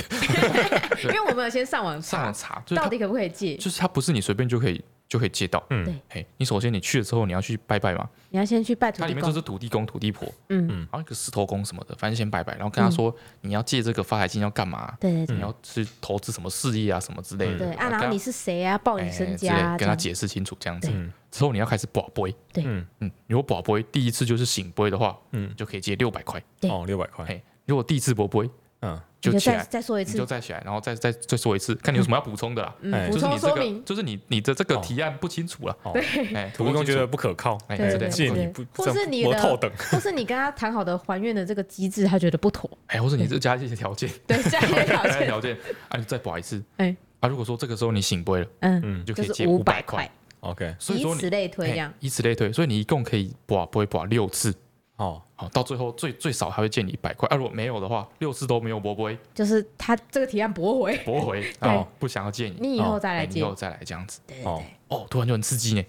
因为我们有先上网上查网，查，就是到他底可不可以借？就是他不是你随便就可以就可以借到，对嗯，嘿，你首先你去了之后你要去拜拜嘛，你要先去拜土它里地面公就。是土地公、土地婆，嗯，然后一个石头公什么的，反正先拜拜，然后跟他说你要借这个发财金要干嘛，对对你对要去投资什么事业啊什么之类的，对啊，嗯跟然后他你是谁啊？报你哎身之家类啊，这跟他样解释清楚这样子对，之后你要开始保杯，嗯嗯，如果保杯第一次就是醒杯的话，嗯你就可以借六百块，对哦，六百块，嘿，如果第一次不杯嗯，你就起再来。再说一你就次，再起来，然后再再再说一次，看你有什么要补充的啦。嗯，哎补就是充你这说个，明。就是你你的这个哦提案不清楚了。哦哎，土地公觉得不可靠，哎对之对类对借的，你不，或是这你不的透等， 或是你跟他谈好的还愿的这个机制，他觉得不 妥，哎，或者你就加一些条件，对，加一个条加一些 件，条件，啊，你再保一次。哎，啊，如果说这个时候你醒不了，嗯，你嗯就可就以是借五百百块，， ，OK，所以以说此你类推嘿这样。以此类推，所以你一共可以保不会保六次。哦，好，到最后最最少还会借你一百块，啊，如果没有的话，六次都没有驳回，就是他这个提案驳回，驳回，然后不想要借 你，你以后哦再哎来你接以。后再来这样子。对对哦对，哦，突然就很刺激呢。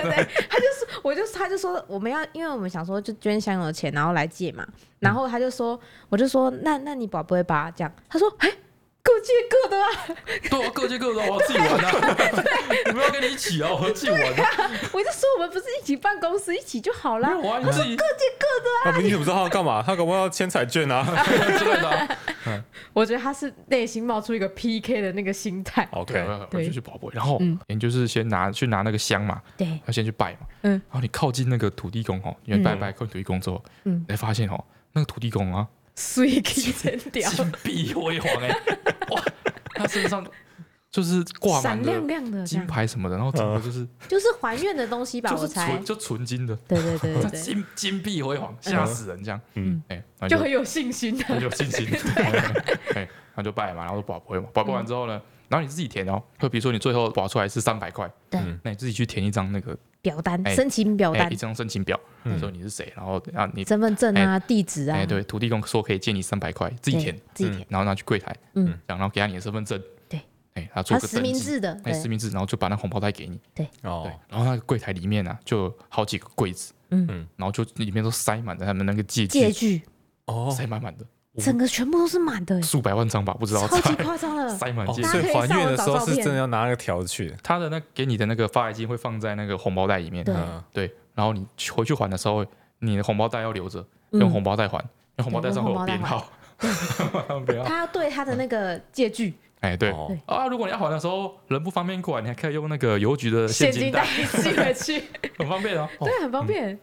我就他就说我们要，因为我们想说就捐香油的钱，然后来借嘛。嗯然后他就说，我就说那那你宝贝吧，这样。他说哎，各借各的啊。 对啊，各借各的，我要自己玩啊， 我没有跟你一起啊，我要自己玩啊。我就说我们不是一起办公室一起就好啦没。有啊，你自己那你怎么知道他要干嘛？他搞不好要签彩券啊之类的啊。我觉得他是内心冒出一个 PK 的那个心态。对， ，OK，我对就去跑步，然啊后嗯你就是先拿去拿那个香嘛， 对，要先去拜嘛。嗯然后你靠近那个土地公哦，因为拜拜靠近土地公之后，嗯你才发现哦，那个土地公啊，水给剪 掉，金碧辉煌 哎，哇，他身上就是挂闪满亮了亮的这金样，牌什么的，然后整个就是就是还愿的东西吧，就我是猜纯。就纯金的，对对对对他对， 金金碧辉煌，吓死人这样。嗯哎，然后就很有信心很的。有信 心， 哎，他就拜嘛，然后就保杯嘛，保杯完之后呢，嗯然后你自己填哦，就比如说你最后保出来是三百块，对嗯那你自己去填一张那个表单，哎申请表哎单一，张申请表，嗯说你是谁，然后啊你身份证啊，地址啊，哎对，土地公说可以借你三百块，自己对填，自己填。然后拿去柜台，嗯这样，然后给他你的身份证，对，哎，他做他个实登名记，制的，哎，实对，名制，然后就把那红包袋给你，对哦，，然后那个柜台里面啊，就有好几个柜子，嗯嗯，然后就里面都塞满了他们那个借借据，据，哦，塞满满的，我整个全部都是满的，哎数百万张吧，不嗯知道超级塞夸张 了。塞满哦借大据家所。以还愿的时候是可以上网找照片真的要拿那个条子去的，他的那给你的那个发财金会放在那个红包袋里面，对嗯，对，然后你去回去还的时候，你的红包袋要留着，嗯用红包袋还，因为红包袋上会有编号，编号，他要对他的那个借据 哎，对哦对啊，如果你要还的时候人不方便过来，你还可以用那个邮局的现金金袋，寄回去，很方便哦，嗯 哦对，很方便。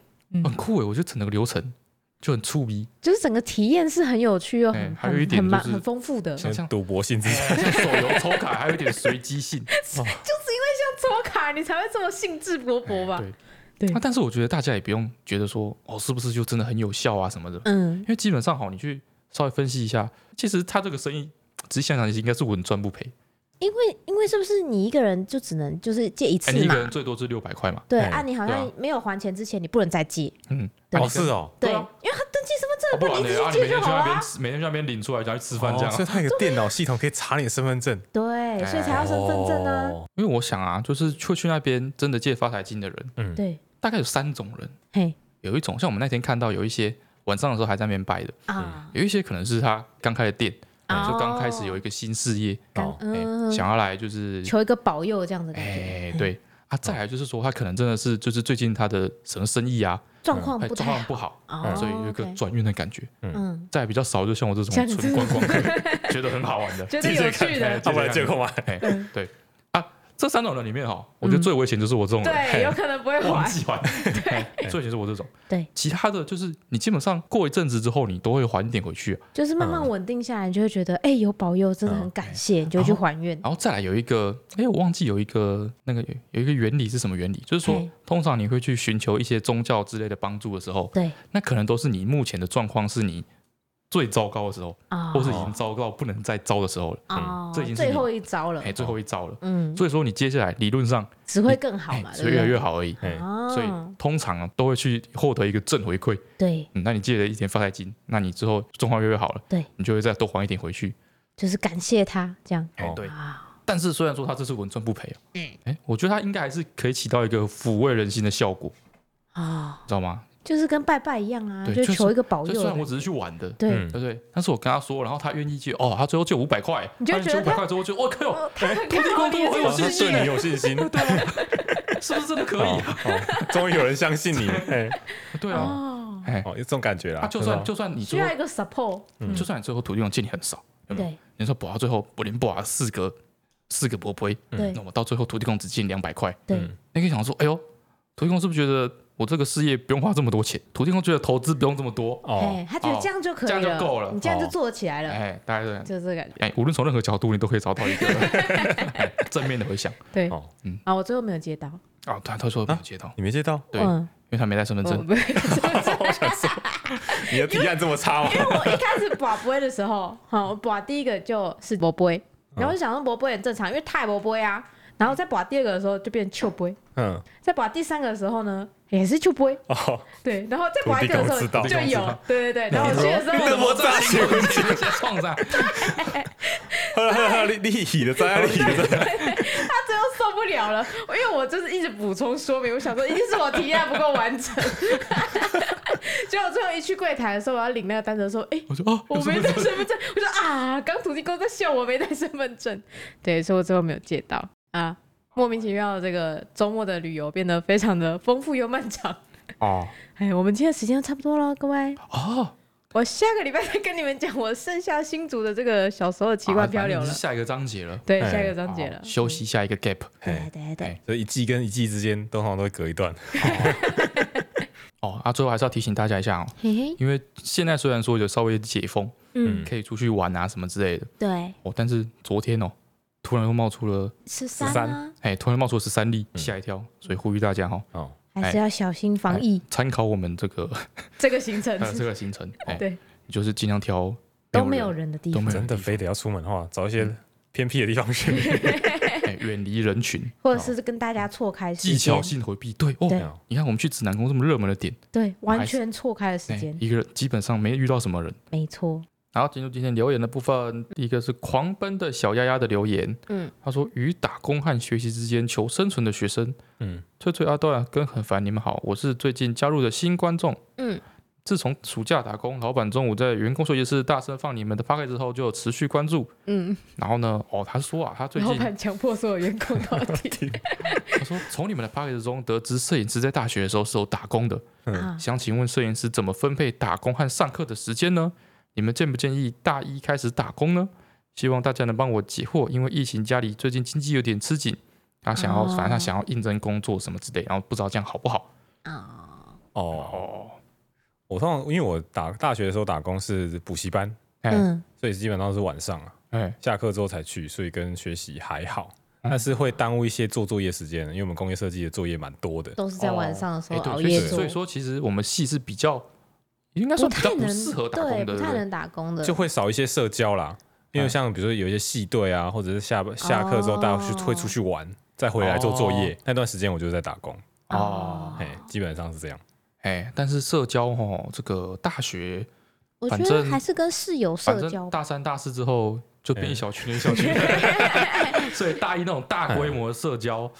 很酷哎，我觉得整个流程就很触逼，就是整个体验是很有趣又很哎还有一很点很蛮就是很丰富的，像像赌博性质，像手游抽卡还有一点随机性，就是因为像抽卡，你才会这么兴致勃勃吧？对，对啊，但是我觉得大家也不用觉得说哦，是不是就真的很有效啊什么的，嗯因，为基本上好，你去稍微分析一下，其实他这个生意，仔细想想，应该是稳赚不赔。因为因为是不是你一个人就只能就是借一次哎，你一嘛？个人最多是六百块嘛，对哎啊，你好对像啊没有还钱之前，你不能再借。嗯，对哦，是哦，对对，啊因为他登记身份证，啊不然你呢直？接借就啊，你每天去好了那边啊。，每天去那边领出来，然后去吃饭这样哦所啊。以它有个电脑系统可以查你的身份证，对，所以才要身份证啊。哦因为我想啊，就是会去那边真的借发财金的人，对，大概有三种人，嘿有一种像我们那天看到有一些晚上的时候还在那边摆的，啊，有一些可能是他刚开的店，哦嗯哎就刚开始有一个新事业，感哦哎嗯，想要来就是求一个保佑这样子的感觉，哎，对啊，再来就是说他可能真的是就是最近他的什么生意啊，状况哎哦不状太况不好，好，哎所以有一个哦，OK 转运的感觉。嗯，再来比较少，就像我这像你种这纯观光客，觉得很好玩的，觉得有趣 的哎啊他不来借口买， 哎，嗯对啊，这三种人里面哈，我觉得最危险就是我这种人，嗯嘿可能不会哎忘记 还，嘿哎最危险是我这种。对，其他的就是你基本上过一阵子之后，你都会还一点回去啊、就是慢慢稳定下来，你就会觉得，哎，有保佑，真的哦很哎感谢，你就会去还愿。然后再来有一个，哎，我忘记有一个那个有有一个原理是什么原理，就是说嘿，通常你会去寻求一些宗教之类的帮助的时候，对那可能都是你目前的状况是你最糟糕的时候，啊或是已经糟糕到不能再糟的时候了，啊，这已经是最你后一招了哎，，最后一招了。嗯，所以说，你接下来理论上只会更好哎嘛，只会越来越好而已。哎好所以通常啊，都会去获得一个正回馈。对，嗯，那你借了一点发财金，那你之后状况越来越好了，对，你就会再多还一点回去。就是感谢他这样哎、哦对。啊，但是虽然说他这次稳赚不赔、啊，嗯，哎、我觉得他应该还是可以起到一个抚慰人心的效果，啊，知道吗？就是跟拜拜一样啊，对就就是求一个保佑就虽的然感我觉。只是去玩的，对， 嗯对不对？但是我跟他说，然后他愿意借，哦，他最后借五百块，你就他会借觉得五百块之后就，我靠，他很看土地公对我很有哦信他心对欸，你有 信心，对啊，是不是真的可以啊？哦，哦终于有人相信你，哎，对啊，哦，哎、哦，有这种感觉啦。啊，就真的算哦就算你需最后要一个 support，就算你最后土地公借你很少，有没有对你说博到最后，我连博到四个四个博杯，对那我到最后土地公只进两百块，对，你可以想说，哎呦，土地公是不是觉得我这个事业不用花这么多钱？土地公觉得投资不用这么多，哦，哎，他觉得这样就可以这样就够了了，你这样就哦做起来了，哎，大概是这样。就是这个感觉。哎，无论从任何角度，你都可以找 到一个哎正面的回响对哦，嗯啊，我最后没有接到，啊。他他说没有接到，你没接到，对，因嗯，为他没带身份我证。没有接到我 想说，你的提案这么 差吗？因为我一开始拔杯的时候，好，我拔第一个就是博杯，嗯然后我就想说博杯很正常，因为太博杯啊，然后再拔第二个的时候就变秋杯，嗯，再拔第三个的时候呢也是秋杯，哦，对，然后再拔一个的时土地公候知就道有，对对对，然后我去的时你怎候么这样情况下创啥？好了好了好了，你你你的在，你的在，他最后啊受不了了，因为我就是一直补充说明，我想说一定是我提案不够完整， 结果最后一去柜台的时候，我要领那个单子的时候，哎、 我说啊， 我有身没份带证身份证，我说啊，刚土地公在笑我没带身份证， 对，所以我最后没有借到啊。莫名其妙的这个周末的旅游变得非常的丰富又漫长。 哦，哎，我们今天时间差不多了，各位，啊，我下个礼拜再跟你们讲我剩下新竹的这个小时候的奇啊怪反漂流正了是。下一个章节了，对，哎下一个章节了好，休息下一个 gap。对。对对哎对，所以一季跟一季之间，通常都会隔一段。哦，啊，最后还是要提醒大家一下哦，嘿嘿，因为现在虽然说有稍微解封，嗯，可以出去玩啊什么之类的，对，哦，但是昨天哦，突然又冒出了，十三13啊，哎，突然冒出了十三例，吓一跳，所以呼吁大家哦，哦，还是要小心防疫参考我们 这个这个行程。呃这个行程，哎，对，就是尽量挑都没有，人的地都方，嗯没有真人，的非得要出门的话，找一些偏僻的地方去。 哎，远离人群，或者是跟大家错开时技间巧，性回避，对对哦。你看，我们去指南宫这么热门的点，对，完还是全错开的时哎间，，一个人基本上没遇到什么人。没错。然后进入今天留言的部分，第一个是狂奔的小丫丫的留言，嗯，他说与打工和学习之间求生存的学生，嗯，翠翠阿段跟很烦你们好，我是最近加入的新观众，嗯，自从暑假打工，老板中午在员工休息室大声放你们的 p o c k e t 之后，就有持续关注，嗯，然后呢，哦，他说啊，他最老近板强迫所有员工到 底他说从你们的 p o c k e t 中得知摄影师在大学的时候是有打工的，嗯啊，想请问摄影师怎么分配打工和上课的时间呢？你们建不建议大一开始打工呢？希望大家能帮我解惑，因为疫情家里最近经济有点吃紧，他想要、哦反正他想要应征工作什么之类，然后不知道这样好不好。哦，哦，我通常因为我打大学的时候打工是补习班，哎嗯所以基本上是晚上啊，哎下课之后才去，所以跟学习还好。嗯但是会耽误一些做作业时间的，因为我们工业设计的作业蛮多的。都是在晚上的时哎候对熬所以夜所以做，所以说其实我们系是比较，应该说不比较太不能适合打工对，不的，对太不对能打工的，就会少一些社交啦。因为像比如说有一些系队啊，或者是下下课之后大家去哦会出去玩，再回来做作业。那段时间我就在打工，嗯哦，哎、基本上是这样。哎，但是社交哦，这个大学我觉反得正还是跟室友反社正交。大三大四之后就变一嗯小群一 小群，所以大一那种大规模的社交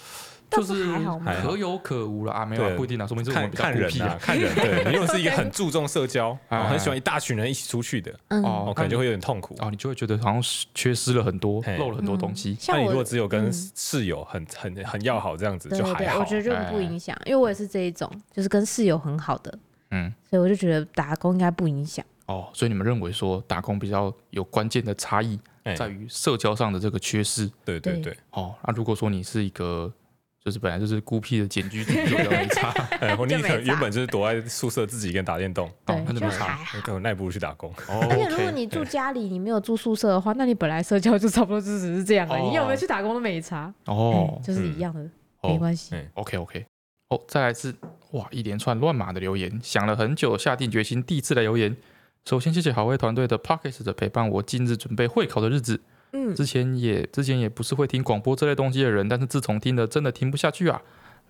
倒就是是还好嘛可有可无了啊，没有啊对不一定啊，说明是我看们比较看孤人僻啊啊，。看 人。对你如果是一个很注重社交，哎哦很喜欢一大群人一起出去的，嗯，哦哦，可能就会有点痛苦。哦，你就会觉得好像是缺失了很多，嘿漏了很多东西。像那你我如果只有跟嗯室友很很很要好这样子，对就对对还，好我。哎觉得就不影响，因为我也是这一种，就是跟室友很好的，嗯，所以我就觉得打工应该不影响。哦，所以你们认为说打工比较有关键的差异哎在于社交上的这个缺失。对对对对，哦，那如果说你是一个就是本来就是孤僻的简居主义，就比较没 差。哎，或你就没可能差原本就是躲在宿舍自己一个人打 电动，哦，那对，就就没还差。好。那可能那也不如去打工。哦而且如果，OK，你住家里，你没有住宿舍的话，那你本来社交就差不多就只是这样了，哦你有没有去打工都没差，哦嗯，就是一样的，哦没关系。哎 OK OK，哦，再来是哇，一连串乱码的留言，想了很久，下定决心第一次来留言。首先谢谢好味团队的 Pockets 的陪伴，我近日准备会考的日子。嗯，之前也之前也不是会听广播这类东西的人，但是自从听了，真的听不下去啊。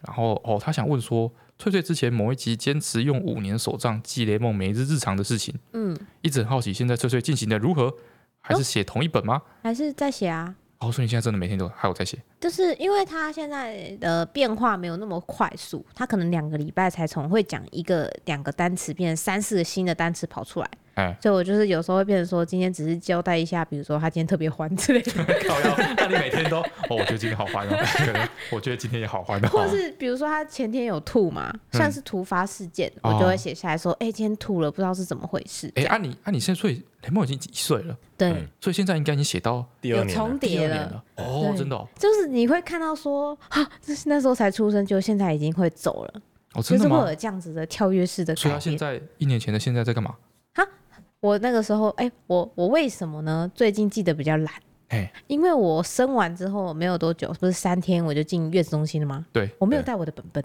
然后哦，他想问说，翠翠之前某一集坚持用五年手账记雷梦每日日常的事情，嗯，一直很好奇现在翠翠进行的如何，还是写同一本吗？还是在写啊，哦，所以你现在真的每天都还有在写就是因为他现在的变化没有那么快速，他可能两个礼拜才从会讲一个两个单词变成三四个新的单词跑出来，哎所以我就是有时候会变成说，今天只是交代一下，比如说他今天特别欢之类的，靠腰，那你每天都哦，我觉得今天好欢哦，可能我觉得今天也好欢哦， 或是比如说他前天有吐嘛，嗯算是突发事件，哦我就会写下来说，哎、今天吐了，不知道是怎么回事。哎，按你按你现在所以雷梦已经一岁了，对，嗯所以现在应该已经写到第二有年重了，第叠二年了。了哦，对真的哦，就是你会看到说，啊，这是那时候才出生，就现在已经会走了，哦就真是的会吗？有这样子的跳跃式的所以改他现变。在一年前的现在在干嘛？我那个时候，哎、我我为什么呢？最近记得比较懒，哎，因为我生完之后没有多久，不是三天我就进月子中心了吗？对，我没有对带我的本本，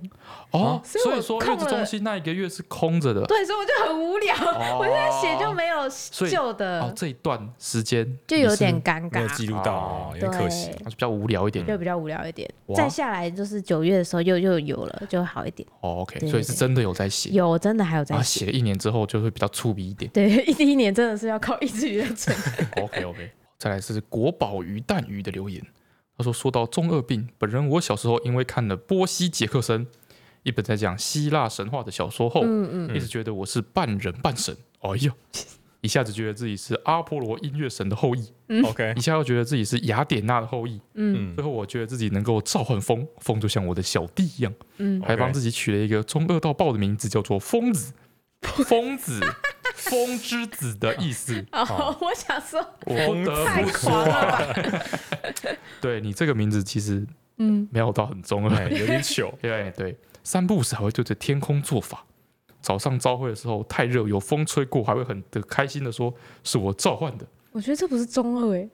嗯哦，所以所以我说空月子中了心那一个月是空着的，对，所以我就很无聊，哦我现在写就没有所以旧的，哦，这一段时间就你有是点尴没有尬，记录到，哦有点可惜对。啊比较无聊一点就比较无聊一点。哇再下来就是九月的时候又又有了，就好一点。哦，OK，对所以是真的有在写，有真的还有然在后写，写了一年之后就会比较粗鄙一点。对， 一第一年真的是要靠意志力在撑。 OK OK，再来是国宝鱼蛋鱼的留言，他说说到中二病，本人我小时候因为看了波西·杰克森一本在讲希腊神话的小说后，嗯嗯，一直觉得我是半人半神，哎呦，一下子觉得自己是阿波罗音乐神的后裔， OK，一下又觉得自己是雅典娜的后裔，嗯最后我觉得自己能够召唤风，风就像我的小弟一样，嗯还帮 OK 自己取了一个中二到爆的名字，叫做疯子，疯子，风之子的意思。哦， 我想说，我不得太不说狂了啊，吧？对你这个名字其实嗯，没有到很中哎，二，。有点糗对对，三步时还会对着天空做法。早上朝会的时候太热，有风吹过，还会很的开心的说是我召唤的，我觉得这不是中二诶，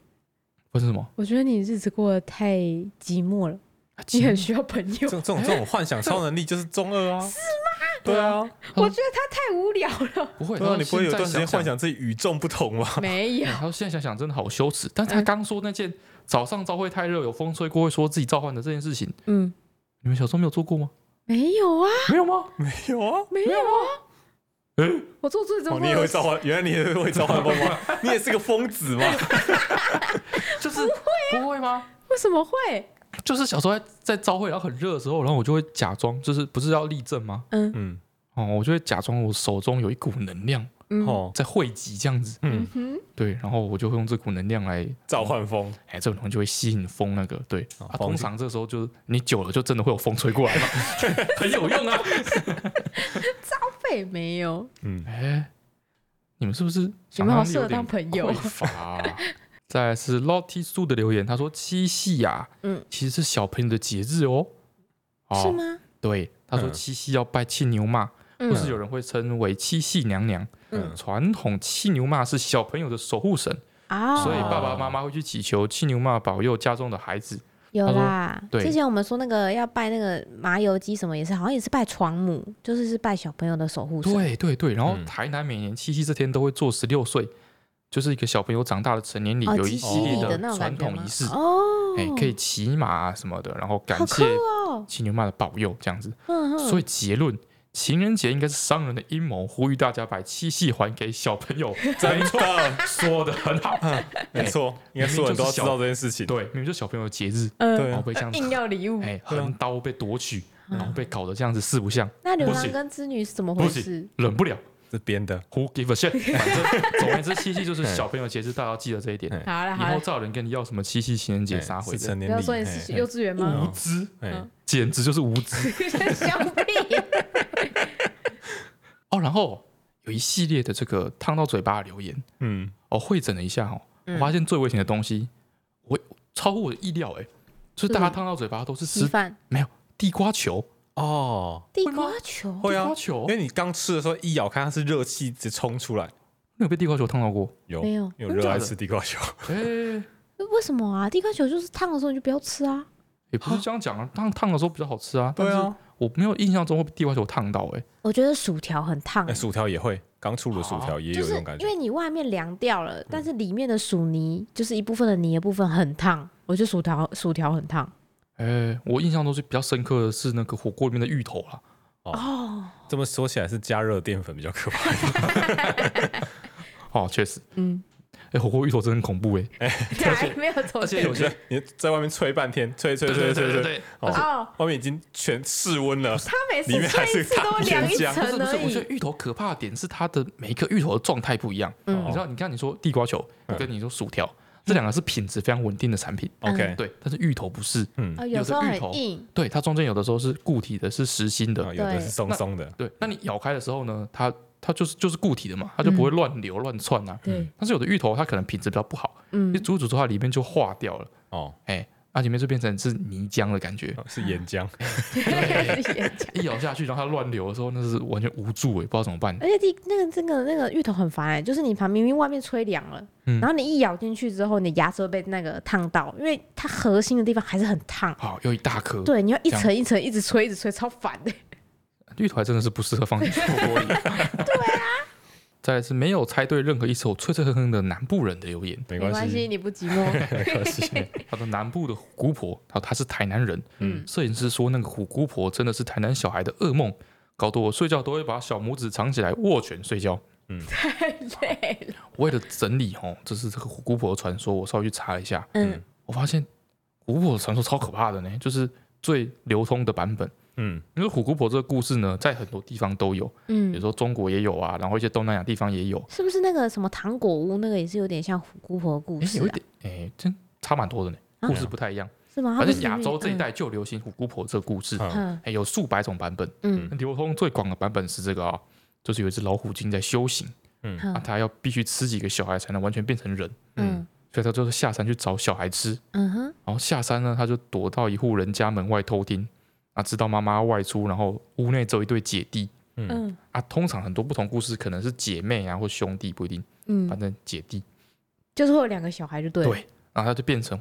不是什么，我觉得你日子过得太寂寞了，你啊很需要朋这友。种这种这种幻想超能力就是中二啊，哎是吗？对啊， 我觉得他太无聊了，不会，对啊，你不会有一段段时间幻想自己与众不同吗？没有。然后哎现在想想真的好羞耻，但是嗯他刚说那件早上朝会太热，有风吹过会说自己召唤的这件事情，嗯，你们小时候没有做过吗？没有啊，没有吗？没有啊，没有啊。嗯，我做最中哦，二你也的会事，召唤，原来你也会召唤风吗？ 你也是个疯子吗？就是不会吗？为什么会？就是小时候在在朝会，然后很热的时候，然后我就会假装，就是不是要立正吗？嗯嗯，哦，我就会假装我手中有一股能量嗯哦，在汇集这样子，嗯嗯，哼，对，然后我就会用这股能量来，召唤风，哎，这种东西就会吸引风那个，对，哦啊，风通常这时候就是你久了就真的会有风吹过来嘛，很有用啊，费没有，嗯， 哎，你们是不是你想们好象力适合有当点朋友匮。乏啊？再来是 Lottie 苏的留言，他说七夕呀，嗯，其实是小朋友的节日哦，哦是？吗？对，他说嗯七夕要拜七牛妈，嗯或是有人会称为七夕娘娘。嗯传统七牛妈是小朋友的守护神，啊，所以爸爸妈妈会去祈求七牛妈保佑家中的孩子。有他说啦，对之前我们说那个要拜那个麻油鸡什么也是，好像也是拜床母，就是是拜小朋友的守护神。对对对，然后嗯台南每年七夕这天都会做十六岁，就是一个小朋友长大的成年礼，哦，有一吉系西列里的那种传感觉统吗仪式，哦，哎，可以骑马啊什么的，然后感好酷谢哦，七牛妈的保佑这样子。嗯嗯，所以结论，情人节应该是商人的阴谋，呼吁大家把七夕还给小朋 友。 真的，哎说的很好，没错，应该所有人都要知道这件事情。对，明明就小朋友的节日，对然后啊，被这样嗯子硬要嗯礼 物。哎对啊横刀被夺取，然后被搞得这样子四不像，那牛不郎行跟织女是怎么不回行事？，忍不了。这边的 Who give a shit？反正总而言之，七夕就是小朋友节日，大家要记得这一点。哎 好了以好后了，再有人跟你要什么七夕情人节啥哎回是的，成不年要礼，说你哎是幼稚园吗？无知，哎嗯，简直就是无知。 相比，哦，然后有一系列的这个烫到嘴巴的留言，嗯，哦，会诊了一下哦，我嗯发现最危险的东西，我超乎我的意料哎，就是大家烫到嘴巴都是稀吃饭、没有地瓜球，哦，地瓜球，会地啊瓜，球因为你刚吃的时候一咬开，它是热气直冲出来，你有被地瓜球烫到 过？有没有有热爱吃地瓜球，哎，为什么啊？地瓜球就是烫的时候你就不要吃啊。也不是这样讲啊，烫烫的时候比较好吃啊，但对是啊，我没有印象中会被地瓜球烫到哎，我觉得薯条很烫那，哎薯条也会，刚出炉的薯条也就有这是种感因觉嗯为，你外面凉掉了，但是里面的薯泥就是一部分的泥的部分很烫，我觉得薯条薯条很烫哎，我印象中是比较深刻的是那个火锅里面的芋头啦，哦，这么说起来是加热淀粉比较可怕，哦，确实，嗯，哎，火锅芋头真的很恐怖哎，还没有走而且有些 你在外面吹半天，吹吹吹吹 吹，对。哦，哦，外面已经全室温了，它每次里面还吹是一次都烫凉一全家不是层啊不是，而我觉已得，芋头可怕的点是它的每一个芋头的状态不一样。嗯你知道，你看你说地瓜球，我跟你说薯条，这两个是品质非常稳定的产品， ，OK，对。但是芋头不是，嗯，啊，有有的时候芋很头硬，对，它中间有的时候是固体的，是实心啊的，有的对是松松的，对。那你咬开的时候呢，它它就是就是固体的嘛，它就不会乱流乱窜啊。嗯对，但是有的芋头它可能品质比较不好，嗯你，煮一煮之后它里面就化掉了，哦，哎，它里面就变成是泥浆的感觉。是岩浆， 嗯一咬下去，然后它乱流的时候，那是完全无助哎，不知道怎么办。 而且地那个这个那个芋头很烦哎、就是你旁明明外面吹凉了，嗯然后你一咬进去之后，你牙齿会被那个烫到，因为它核心的地方还是很烫。好，又一大颗。对，你要一这样层一层一直吹，一直吹，超烦的。芋头还真的是不适合放进火锅里。对啊。再来是没有猜对任何一首脆脆哼哼的南部人的留言。没没关关系，系，你不 寂寞。没关系，他说南部的虎姑婆，他说她是台南人。嗯，摄影师说那个虎姑婆真的是台南小孩的噩梦，搞得我睡觉都会把小拇指藏起来握拳睡觉。太累嗯了。为了整理哦，这是这个虎姑婆的传说，我稍微去查了一下，嗯，我发现虎姑婆的传说超可怕的呢，就是最流通的版本。嗯，因为虎姑婆这个故事呢，在很多地方都有，比如嗯，说中国也有啊，然后一些东南亚地方也有。是不是那个什么糖果屋那个也是有点像虎姑婆的故哎、事有一啊？点，哎、真差蛮多的呢，啊故事不太一样。是吗？它反不正是亚里面洲这一，带就流行虎姑婆这个故事，哎、嗯嗯有数百种版本，嗯流通最广的版本是这个啊、就是有一只老虎精在修行，那、嗯它要必须吃几个小孩才能完全变成人，嗯所以它就是下山去找小孩吃，嗯哼，然后下山呢，它就躲到一户人家门外偷听，啊，知道妈妈外出，然后屋内只有一对姐弟。嗯啊，通常很多不同故事可能是姐妹啊，或兄弟不一定，嗯反，正姐弟。就是会有两个小孩就对了。对然后她就变成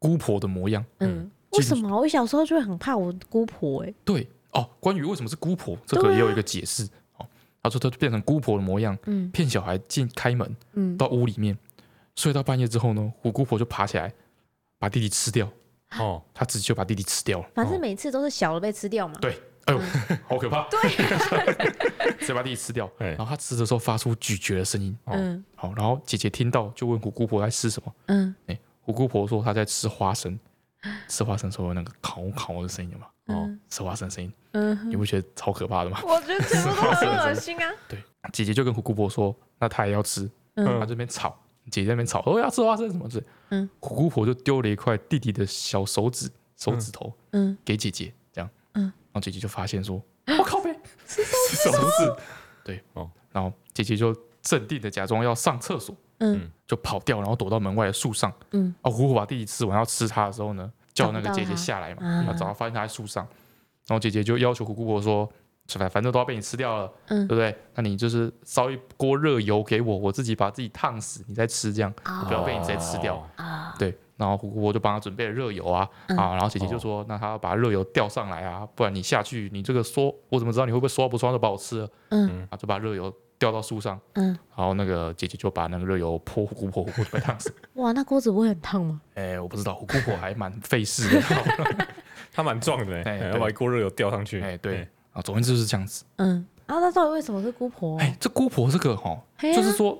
姑婆的模样。嗯，为什么啊我小时候就会很怕我姑婆哎？对哦，关于为什么是姑婆，这个对啊也有一个解释、哦。他说她就变成姑婆的模样，嗯骗小孩进开门嗯，到屋里面，睡到半夜之后呢，虎姑婆就爬起来把弟弟吃掉，哦，她直接把弟弟吃掉了。反正每次都是小的被吃掉嘛。哦对，哎呦，嗯好可怕！对、 直接把弟弟吃掉。哎然后她吃的时候发出咀嚼的声音。哦嗯好，然后姐姐听到就问虎姑婆在吃什么，嗯虎姑婆说她在吃花生，吃花生时候有那个烤烤的声音嘛，哦嗯吃花生的声音，嗯你哼，不觉得超可怕的吗？我觉得全部都很恶心啊。姐姐就跟虎姑婆说，那她也要吃，她嗯这边吵，姐姐在那边吵，哦要吃花生什么之类，嗯，虎姑婆就丢了一块弟弟的小手指手指头嗯，给姐姐，这样，嗯然后姐姐就发现说，我靠呗，是哦手指，然后姐姐就镇定的假装要上厕所，嗯，就跑掉，然后躲到门外的树上，嗯，哦，虎姑婆把弟弟吃完要吃它的时候呢，叫那个姐姐下来嘛，找不到啊它然后找她发现她在树上，然后姐姐就要求虎姑婆说。反反正都要被你吃掉了，嗯对不对？那你就是烧一锅热油给我，我自己把自己烫死，你再吃，这样哦不要被你直接吃掉。哦啊，对，然后胡胡波就帮他准备了热油啊、嗯啊，然后姐姐就哦说，那他要把热油吊上来啊，不然你下去，你这个缩，我怎么知道你会不会缩不缩就把我吃了嗯啊？就把热油吊到树上，嗯，然后那个姐姐就把那个热油泼胡姑婆，胡姑就被烫死。哇，那锅子不会很烫吗？ 哎、我不知道，胡姑婆还蛮费事的。他蛮壮的，哎哎对要把一锅热油吊上 去。哎、对啊，总而言之就是这样子。嗯，啊，那到底为什么是姑婆？哎、这姑婆这个哈，嘿啊就是说，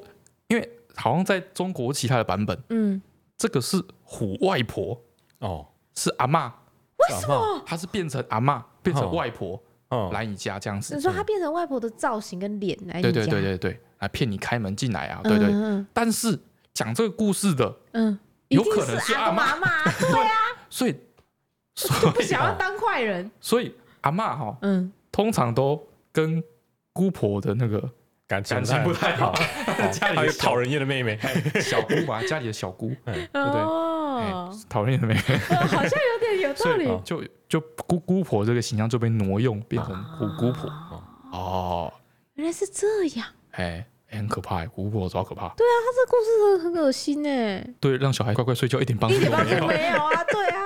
因为好像在中国其他的版本，嗯，这个是虎外婆，哦，是阿嬷，为什哦么？她是变成阿嬷，变成外婆、哦，来你家这样子你。说她变成外婆的造型跟脸来对你对家对对对，来骗你开门进来啊，嗯对对。嗯但是讲这个故事的，嗯，嗯有一定可能是是阿阿公阿嬷妈，对啊，所以所不以想要当坏人。所以阿嬷哈，嗯，通常都跟姑婆的那个感情哦感情不太 好，家里还的有小讨人厌的妹妹，小姑嘛，家里的小姑，哎 对对哦，讨厌的妹妹。呃好像有点有道所以哦理。就就姑姑婆这个形象就被挪用，变成啊虎姑婆哦，原来是这样，哎、哎很可怕、哎虎姑婆超可怕，对他这故事真的很恶心哎，让小孩乖乖睡觉一点帮一助点都帮没助有。没有啊，对啊，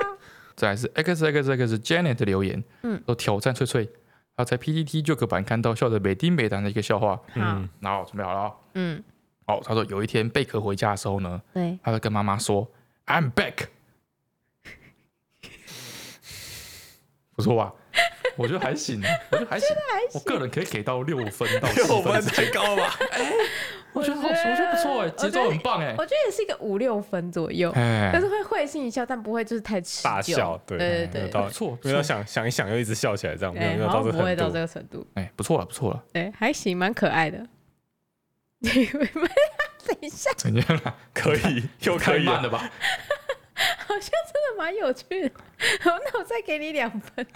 再来是 x x x Janet 的留言，嗯，说挑战翠翠，他在 PPT 旧刻版看到笑得没丁没胆的一个笑话，嗯好，然后准备好了哦嗯，哦，他说有一天贝壳回家的时候呢，对，他就跟妈妈说 I'm back，不错吧？我觉得还行，我觉得还行，我个人可以给到六分到七嗯 我分们之间太高了吧？我觉得好，我觉得我觉得不错哎，我觉得节奏很棒哎我，觉得也是一个五六分左右，但哎是，会会心一笑，但不会就是太持久。大笑对对对有对道不错，不没错，有想想一想又一直笑起来，这样没有对，没有哎好到像这不会到这很多。个程度，哎，不错了，不错了，对，还行，蛮可爱的。 对， 等一下，怎样了？可以又 可太以慢啊 了了吧？好像真的蛮有趣的。 好，那我再给你两分。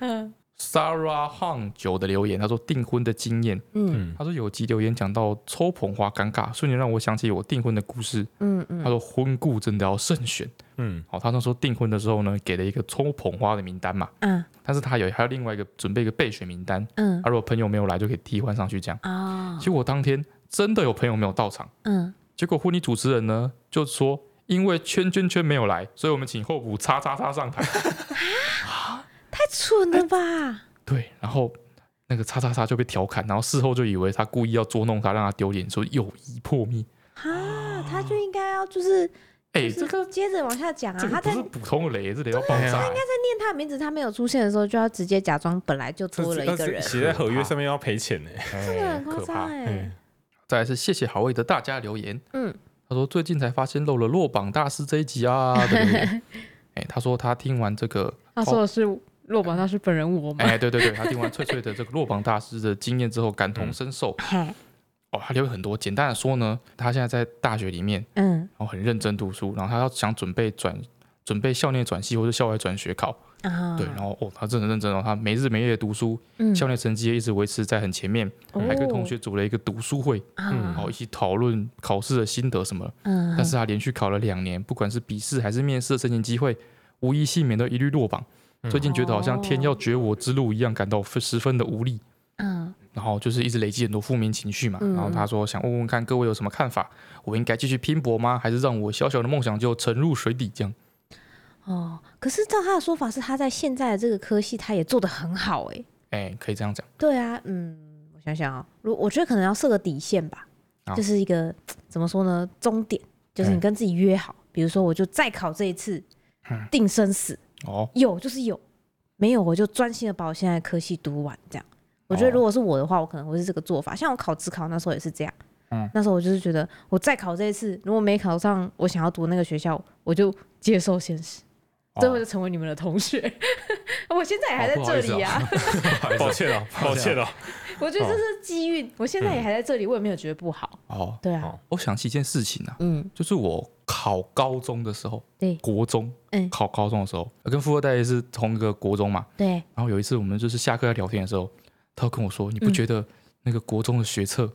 嗯 Sarah Hong 九的留言，他说订婚的经验，嗯他说有集留言讲到抽捧花尴尬，瞬间让我想起我订婚的故事。嗯嗯，他说婚故真的要慎选。嗯，哦，他那时候订婚的时候呢，给了一个抽捧花的名单嘛，嗯但是他有还有另外一个准备一个备选名单，嗯他如果朋友没有来就可以替换上去这样。啊结果当天真的有朋友没有到场。嗯，结果婚礼主持人呢就说，因为圈圈圈没有来，所以我们请候补叉叉叉上台。太蠢了哎吧？对，然后那个叉叉叉就被调侃，然后事后就以为他故意要捉弄他，让他丢脸，说友谊破灭。啊，他就应该要就是哦哎、就这是个接着往下讲啊这，个他不在是念普通的雷，这雷要爆炸、欸。他的名字，他没有出现的时候，就要直接假装本来就多了一个人，写在合约上面要赔钱呢。这个很夸哎可张怕。哎。再来是谢谢好味的大家留言，嗯，他说最近才发现漏了落榜大师这一集 啊的留言。哎、他说他听完这个，他说的是落榜大师本人我吗？哎、对对对，他听完翠翠的这个落榜大师的经验之后，感嗯同身受。嘿，哦，他留言很多。简单的说呢，他现在在大学里面，嗯然后很认真读书，然后他要想准备转准备校内转系或者校外转学考，啊，对，然后哦，他真的很认真哦，他没日没夜读书，嗯哦校内成绩也一直维持在很前面，还跟同学嗯组了一个读书会，然啊后一起讨论考试的心得什么的。嗯，但是他连续考了两年，不管是笔试还是面试的申请机会，无一幸免都一律落榜。最近觉得好像天要绝我之路一样，感到十分的无力。嗯然后就是一直累积很多负面情绪嘛。嗯然后他说想问问看各位有什么看法，我应该继续拼搏吗？还是让我小小的梦想就沉入水底这样？哦，可是照他的说法是，他在现在的这个科系他也做得很好哎。哎，可以这样讲。对啊，嗯，我想想啊、如我觉得可能要设个底线吧，好就是一个怎么说呢，终点，就是你嗯跟自己约好，比如说我就再考这一次嗯，定生死，哦，有就是有，没有我就专心的把我现在的科系读完，这样。我觉得哦如果是我的话，我可能会是这个做法。像我考职考那时候也是这样，嗯那时候我就是觉得我再考这一次，如果没考上我想要读那个学校，我就接受现实，最后哦就成为你们的同学。 我现在也还哦在不好这意思里啊，抱歉了，抱歉哦了。我觉得这是机遇。我现在也还在这里，我也没有觉得不好。 嗯哦，对啊哦，我想起一件事情啊，嗯，就是我考高中的时候，对国中，嗯考高中的时候，我跟富二代也是同一个国中嘛。对，然后有一次我嗯们就是下课在聊天的时候，他跟我说：“你不觉得那个国中的学测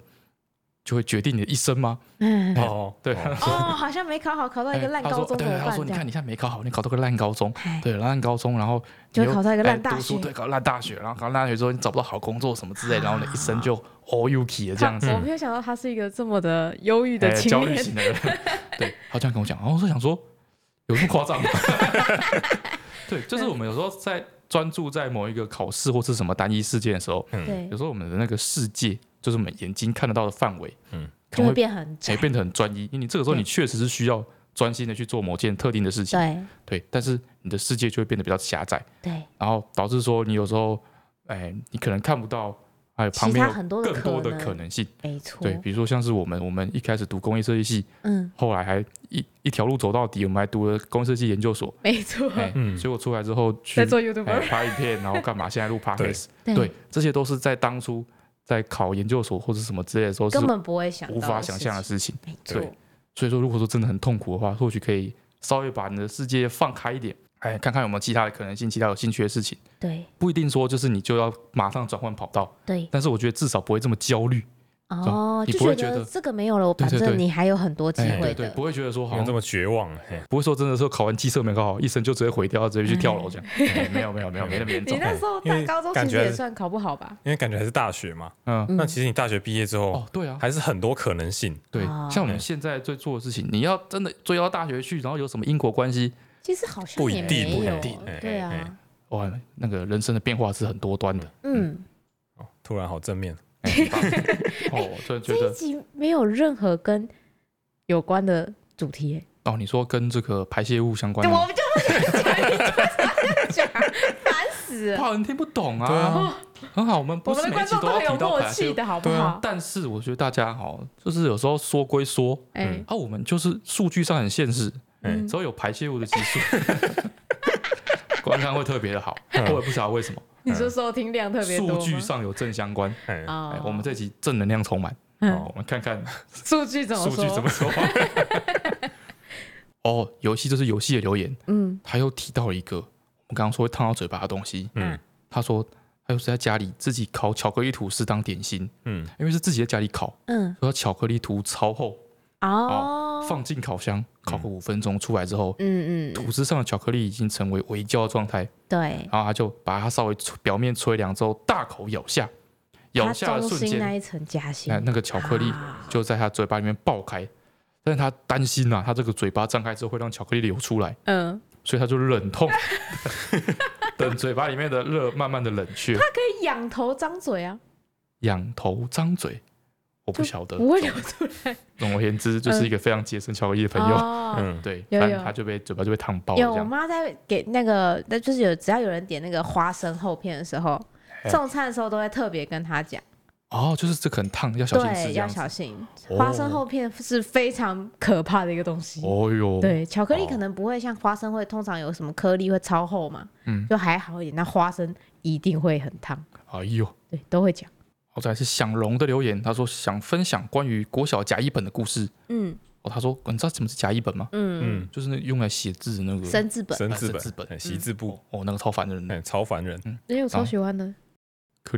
就会决定你的一生吗？嗯，哦，哎对哦 哦，好像没考好，考到一个烂哎他高说中怎对，么他办？说这你看样你现在没考好，你考到个烂高中，哎对，烂高中，然后就你又考到一个哎烂大读书学对，考到烂大学，然后考到烂大学之后你找不到好工作什么之类，然后你一啊生就 all you k 的这样子他，我没有想到他是一个这么的忧郁的哎青焦虑年，型的人，对，他这样跟我讲，然后我就想说，有这么夸张吗？ 对，就是我们有时候在专注在某一个考试或是什么单一事件的时候，对有，时候我们的那个世界，就是我们眼睛看得到的范围，嗯嗯，就会变很哎窄。变得很专一，因为你这个时候你确实是需要专心的去做某件特定的事情，对对，但是你的世界就会变得比较狭窄，对，然后导致说你有时候，哎，你可能看不到，还有旁边其他很有多的更多的可能可能性，没错。对，比如说像是我们，我们一开始读工业设计系，嗯，后来还一一条路走到底，我们还读了工业设计研究所， 没错， 哎，嗯所以我出来之后去在做哎 YouTuber，拍影片，然后干嘛？现在录 podcast，对对，这些都是在当初在考研究所或者什么之类的时候是根本不会想到无的法事想象的情，事情。没错对，所以说，如果说真的很痛苦的话，或许可以稍微把你的世界放开一点，哎，看看有没有其他的可能性，其他有兴趣的事情，对不一定说就是你就要马上转换跑道，对，但是我觉得至少不会这么焦虑，哦，你就不会觉得得这个没有了，对反对正对你还有很多机哎会对对，的。不会觉得说不好用这像么绝望，嘿不会说真的说考完机测没考好，一生就直接毁掉，直接去跳楼这样， 哎没有没有没有没那么 严你重，那时候因大高为中感其实觉也算考不好吧？因为感觉还是大学嘛。嗯，嗯那其实你大学毕业之后哦，，对啊，还是很多可能性。对哦，像我们现在在做的事情，你要真的追到大学去，然后有什么因果关系，其实好像不也一定没不一有定哎，对哎哎啊，哇，那个人生的变化是很多端的。嗯，哦突然好正面， 哎很棒哦，我突然觉这一 得，集没有任何跟有关的主题耶，哦，你说跟这个排泄物相关对，的我吗，们就不 想讲，你就是想讲，烦死了。怕人听不懂对啊啊。很好，我们不我们是的每观一集众都都要很有提到默排契泄物，的好不对好啊？但是我觉得大家好，就是有时候说归说，哎，啊，我们就是数据上很现实，嗯嗯只要有排泄物的技术， 观看会特别的好，我也不晓得为什么，你说收听量特别多嗯数吗据上有正相关。嘿啊哎，，我们这集正能量充满，嗯好，我们看看数据怎么数说？据怎么说？ 哦，游戏就是游戏的留言，嗯他又提到了一个我们刚刚说会烫到嘴巴的东西。嗯他说他又是在家里自己烤巧克力吐司当点心，嗯，因为是自己在家里烤，嗯所以他巧克力涂超厚，哦，放进烤箱烤个五分钟，出来之后，嗯嗯，吐司上的巧克力已经成为微焦的状态，对，然后他就把它稍微吹表面吹凉之后，大口咬下，咬它下的中瞬心那间，一层夹心那，那个巧克力啊就在他嘴巴里面爆开。但是他担心呐、啊，他这个嘴巴张开之后会让巧克力流出来，嗯，所以他就忍 痛等嘴巴里面的热慢慢的冷却，它可以仰头张嘴啊，仰头张嘴。我不晓得，不会流出来。总而言之，就是一个非常节省巧克力的朋友。哦，嗯，对，有但有他就被嘴巴就被烫爆了，有这我样妈在给那个，那就是有只要有人点那个花生厚片的时候，嘿送餐的时候都会特别跟他讲，哦，就是这个很烫，要小心吃对，这要样子小。心，哦花生厚片是非常可怕的一个东西。哦哟，对，巧克力哦可能不会像花生会，通常有什么颗粒会超厚嘛，嗯就还好一点。那花生一定会很烫，哎呦，对，都会讲。好再来是想龙的留言，他说想分享关于国小甲乙本的故事。嗯哦，他说你知道什么是甲乙本吗？嗯，嗯，就是那用来写字的那个生字本，生字啊生字本本，嘿习字部，哦，哦，那个超烦的人的。嘿超凡人，哎、我超喜欢的。可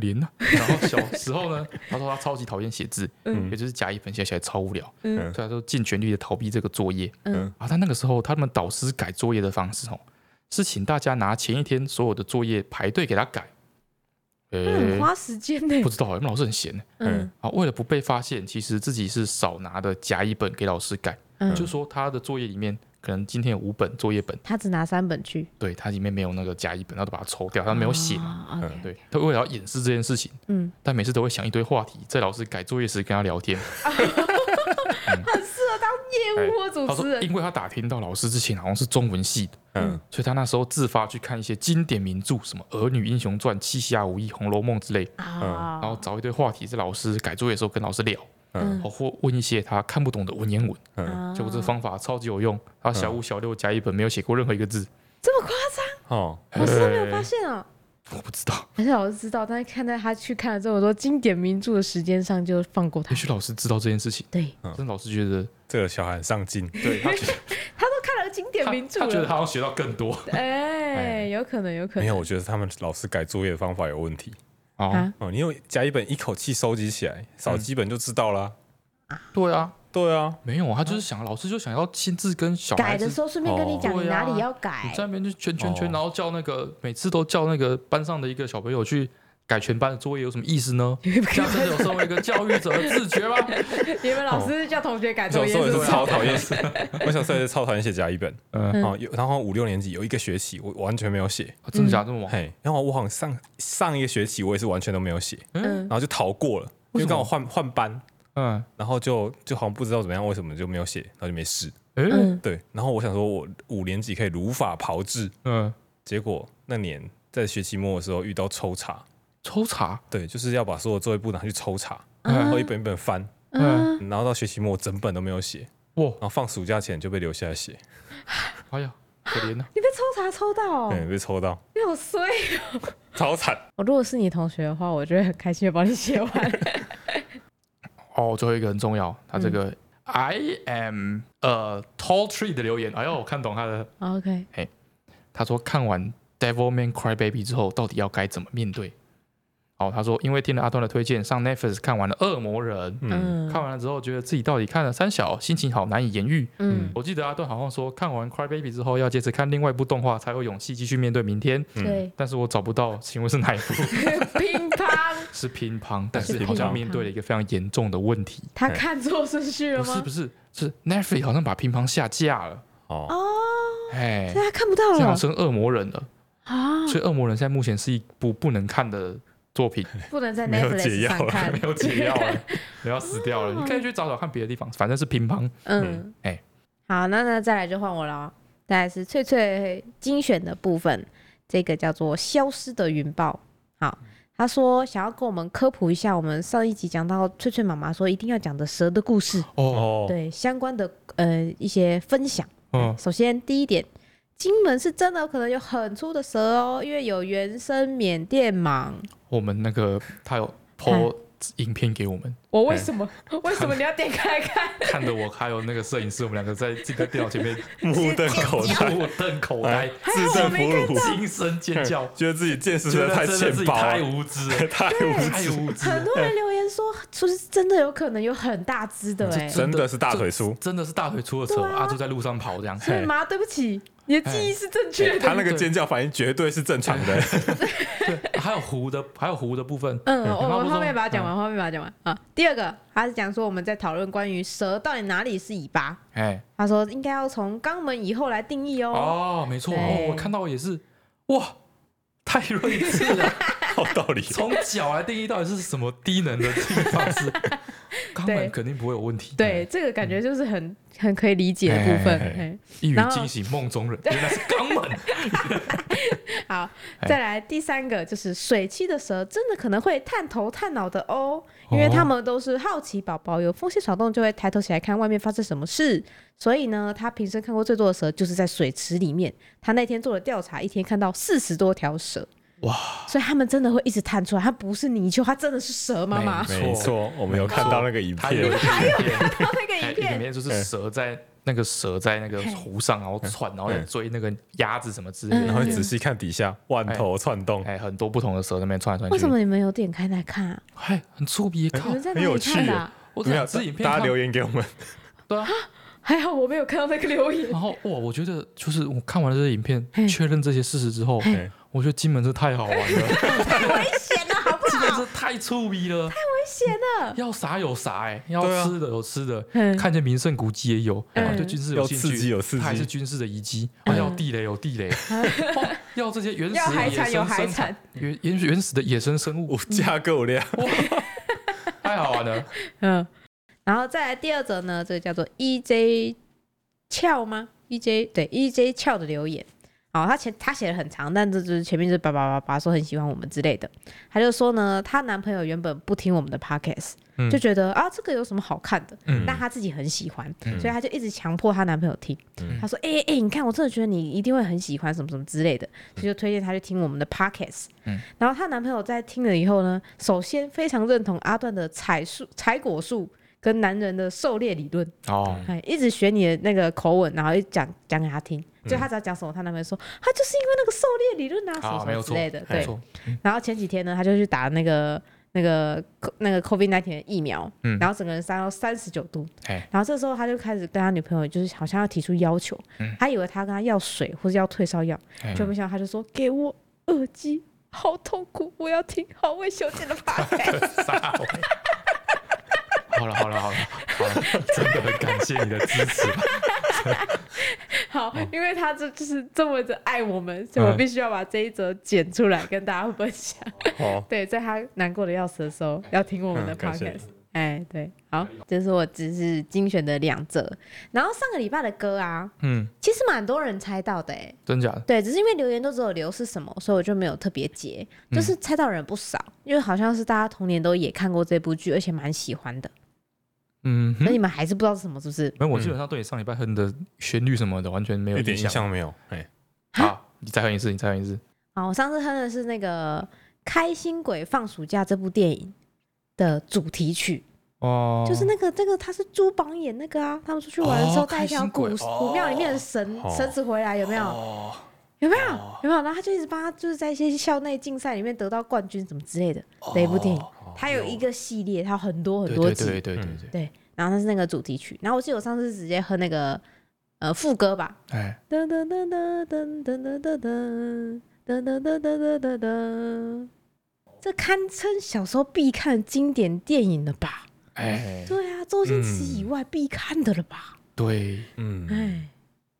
怜呐、然后小时候呢，他说他超级讨厌写字，嗯也就是甲乙本写起来超无聊，嗯所以他就尽全力的逃避这个作业。嗯，啊，他那个时候他们导师改作业的方式哦，是请大家拿前一天所有的作业排队给他改。呃、那很花时间呢、不知道欸，我们老师很闲欸嗯啊。为了不被发现，其实自己是少拿的甲乙本给老师改，嗯，就是说他的作业里面可能今天有五本作业本，他只拿三本去，对，他里面没有那个甲乙本，他都把它抽掉，他没有写嘛。嘛嗯对，他为了要掩饰这件事情，啊嗯，但每次都会想一堆话题，在老师改作业时跟 他聊天。嗯很适合当业务或哦主哎他说持，人。因为他打听到老师之前好像是中文系的，嗯所以他那时候自发去看一些经典名著，什么《儿女英雄传》《七侠五义》《红楼梦》之类，啊，然后找一堆话题在老师改作业的时候跟老师聊，哦嗯或问一些他看不懂的文言文。嗯，啊结果这方法超级有用，他小五、小六加一本没有写过任何一个字，这么夸哦，哎张，老师都没有发现哦、我不知道， 还是老师知道，但是看在他去看了这么多经典名著的时间上，就放过他也。许老师知道这件事情，对但老师觉得，这个小孩很上进，对他觉得他都看了经典名著他觉得他了，好像学到更多 哎、有可能，有可没能啊有，我觉得他们老师改作业的方法有问题哦啊嗯哦，你用甲乙本一口气收集起来，少几本就知道啦，对啊，对啊，没有啊，他就是想老师就想要亲自跟小改孩的子时候顺便跟你讲哦你哪对啊里要你改，在那边就圈圈圈，哦然后叫那个每次都叫那个班上的一个小朋友去改全班的作业，有什么意思呢？ 这样真的有身为一个教育者的自 觉吗？你们老哦师叫同学啊改我小作业时候是也不是是？超讨厌， 我小时候也是超讨厌写甲乙本。嗯，哦，有然后五六年级有一个学期我完全没有写，啊真的假的这么忙？嘿，然后我好像上上一个学期我也是完全都没有写，嗯嗯然后就逃过了，因为什么为刚好换换班，嗯，然后就就好像不知道怎么样，为什么就没有写，然后就没事。诶，嗯，对，然后我想说我五年级可以如法炮制，嗯，结果那年在学期末的时候遇到抽查，抽查，对，就是要把所有作业簿拿去抽查，嗯然后一本一本翻，嗯然后到学期末整本都没有写，哇，然后放暑假前就被留下来写，哎呀，可怜呐，你被抽查抽到哦，对，被抽到，你好衰。超惨。我哦如果是你同学的话，我就会很开心的帮你写完。 哦，最后一个很重要，他这个 I am a tall tree 的留言，哎呦，我看懂他的，哦 OK，他说看完《Devilman Crybaby》之后，到底要该怎么面对？哦，他说因为听了阿端的推荐，上 Netflix 看完了《恶魔人》，嗯，嗯看完了之后觉得自己到底看了三小，心情好难以言喻。嗯，我记得阿段好像说，看完《Cry Baby》之后，要接着看另外一部动画，才有勇气继续面对明天。嗯对，但是我找不到，请问是哪一部？ 乒乓，是乒乓，但是乒好像乓面对了一个非常严重的问题。他看错顺序不了是吗不？是，是 Netflix 好像把乒乓下架了，哦，哦，哎对，他看不到这样了生恶魔人了。啊，所以恶魔人现在目前是一部不能看的作 品，不能在没有解 Netflix 药上了 看没。有解药 了，你要死掉了。你可以去找找看别的地方，反正是乒乓。嗯，哎好，那那再来就换我了哦，再来是翠翠精选的部分，这个叫做《消失的云豹》。好，他说想要跟我们科普一下，我们上一集讲到翠翠妈妈说一定要讲的蛇的故事，哦，哦，对相关的呃一些分享。嗯，首先第一点，金门是真的有可能有很粗的蛇哦，因为有原生缅甸蟒。我们那个他有 po 影片给我们。我为什么为什么你要点开来看？看得我还有那个摄影师，我们两个在这个电脑前 面目瞪口呆，目瞪口呆， 自证俘虏，惊声尖叫， 觉得自己见 识觉实在得太真的浅自己薄太了，无知了，太 无太知了，无知很了。多人留言说，说是真的有可能有很大只的哎、啊真的是大腿粗。真的是大腿粗的蛇，对啊阿柱在路上跑这样，所以妈，对不起，你的记忆是正确的。他那个尖叫反应绝对是正常 的， 还有湖的，还有湖的部分，嗯，嗯我妈我不后面说把它讲完，后面把它讲完啊。第二个，他是讲说我们在讨论关于蛇到底哪里是尾巴，哎，他说应该要从肛门以后来定义哦。哦，没错，对哦我看到也是，哇，太睿智 了，好道理。从脚来定义到底是什么低能的地方是，肛对门肯定不会有问题，对，这个嗯感觉就是很很可以理解的部分。哎哎哎哎一语然后惊醒梦中人，原来是肛 门，好，哎再来第三个就是水栖的蛇，真的可能会探头探脑的哦，因为它们都是好奇宝宝，有风吹草动就会抬头起来看外面发生什么事。所以呢，他平生看过最多的蛇就是在水池里面。他那天做了调查，一天看到四十多条蛇，哇，所以他们真的会一直探出来，它不是泥鳅，它真的是蛇妈妈。没错，我们有看到那个影他有片，还有然后那个哎影里片，面就哎是蛇在那个蛇在那个湖上，然后窜，然后哎追那个鸭子什么之类嗯的，然后仔细看底下，万头窜动，哎，很多不同的蛇在那边窜来窜去。为什？么你们有点开来看啊？哎，很触鼻，你靠们！在哪很有里趣看的、耶 啊？我没有，两支影片大看，家留言给我们，对啊。还好哎我没有看到那个留言。然后哇，我觉得就是我看完了这些影片嘿，确认这些事实之后，嘿啊哎我觉得金门是太好 玩了，太危险了，好不金门好？是太触鼻了，太危险啊了。要啥有啥，哎，要对啊吃的有吃的，嗯看见名胜古迹也有，嗯啊，对军事要有兴趣，刺激有刺它还是激，军事的遗迹，嗯啊，要地雷有地雷， 哦要这些原始要海野生产有海生产，原原原始的野生生物，无价购量，太好玩了。 嗯，然后再来第二则呢，这个叫做 EJ 俏吗？EJ 对 EJ 俏的留言。好，他前他写的很长，但这就是前面就是叭叭叭叭说很喜欢我们之类的。他就说呢，她男朋友原本不听我们的 podcast，、嗯就觉得啊这个有什么好看的，嗯但她自己很喜欢，嗯所以她就一直强迫她男朋友听。嗯她说：“哎、欸、哎、你看，我真的觉得你一定会很喜欢什么什么之类的。”所以就推荐她去听我们的 podcast。嗯然后她男朋友在听了以后呢，首先非常认同阿段的采树采果树跟男人的狩猎理论，哦，哎，一直学你的那个口吻，然后一讲讲给她听。就她只要讲什么，她男朋友说她就是因为那个狩猎理论啊，什好，么什没有么之错，类的。没对。错，然后前几天呢，她就去打那个那个那个 COVID 1 9的疫苗，嗯然后整个人烧到三十九度，哎然后这时候他就开始跟他女朋友就是好像要提出要求，嗯他以为他跟他要水或者要退烧药，哎就没想到他就说给我耳机，好痛苦，我要听好味修剪的 podcast。撒谎。好了好了好了好了，真的很感谢你的支持。好，因为他这就是这么的爱我们，所以我哦嗯必须要把这一则剪出来跟大家分享。 哦，对，在他难过的要死的时候，要听我们的嗯感谢 podcast。哎，对，好，这是我只是精选的两则。然后上个礼拜的歌啊，嗯，其实蛮多人猜到的哎、真假的？对，只是因为留言都只有留是什么，所以我就没有特别截。嗯就是猜到的人不少，因为好像是大家童年都也看过这部剧，而且蛮喜欢的。嗯哼那、，你们还是不知道是什么，是不是？没有，我基本上对你上礼拜哼的旋律什么的完全没有一点印印象。象没有。哎，好，你再哼一次，你再哼一次。啊，我上次哼的是那个《开心鬼放暑假》这部电影的主题曲，哦，就是那个这个他是朱榜眼那个啊，他们出去玩的时候哦带一条开心古、鬼古庙里面的绳哦绳子回来，有没有？哦，有没有？有没有？然后他就一直帮他，就是在一些校内竞赛里面得到冠军什么之类的那一部电影，它有一个系列，它很多很哦对多对集，对对对嗯对，对，然后它是那个主题曲，然后我记得我上次直接哼那个呃副歌吧，哎，噔噔噔噔噔噔噔噔噔噔噔噔噔噔噔，这堪称小时候必看经典电影了吧？哎，对啊，周星驰以外必看的了吧？对，嗯，哎，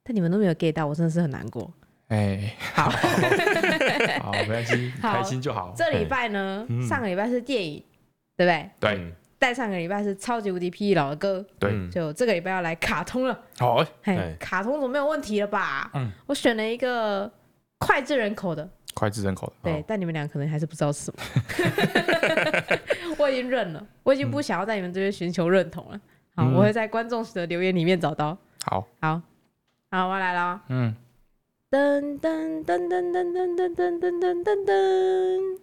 但你们都没有 get 到，我真的是很难过。哎，好，好，没关系，好开心就好。这礼拜呢，哎嗯上个礼拜是电影，对不对？对嗯但上个礼拜是超级无敌霹雳老的歌，对，嗯就这个礼拜要来卡通了。好，嘿对，卡通总没有问题了吧？嗯我选了一个脍炙人口的，脍炙人口的，对，但你们俩可能还是不知道是 什么。 我已经认了，我已经不想要在你们这边寻求认同了。好，嗯我会在观众的留言里面找到。好，好，好，我要来了哦。嗯，噔噔噔噔噔噔噔噔噔噔噔噔。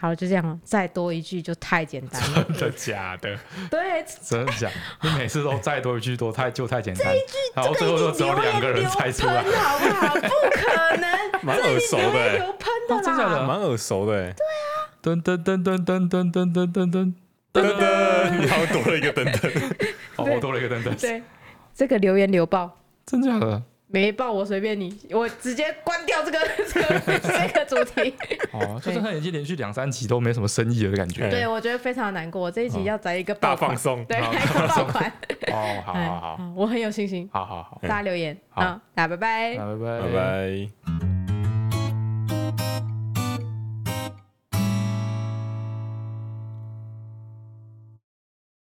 好，就这样了，再多一句就太简单了。真的假的？对，真的假的？你每次都再多一句多太就太简单，然后最后就只有两个人猜出来这个已经流，喷了好不好？不可能，蛮耳熟这已经流的，流喷的啦。哦真的假的蛮耳熟的。哎噔噔噔噔噔噔噔噔噔噔噔噔， 你好像多了一个噔噔。哦，我多了一个噔噔，对，这个留言流爆。真假的？没报我随便你，我直接关掉这个 这个这个主题。哦，就是他已经连续两三集都没什么生意了的感觉。对，我觉得非常难过，这一集要来一个大爆嗯款放，松，对， 来一个爆款。哦，好哎好好，我很有信心，好好好，大家留言好啊，大家拜拜。哎那拜拜拜拜。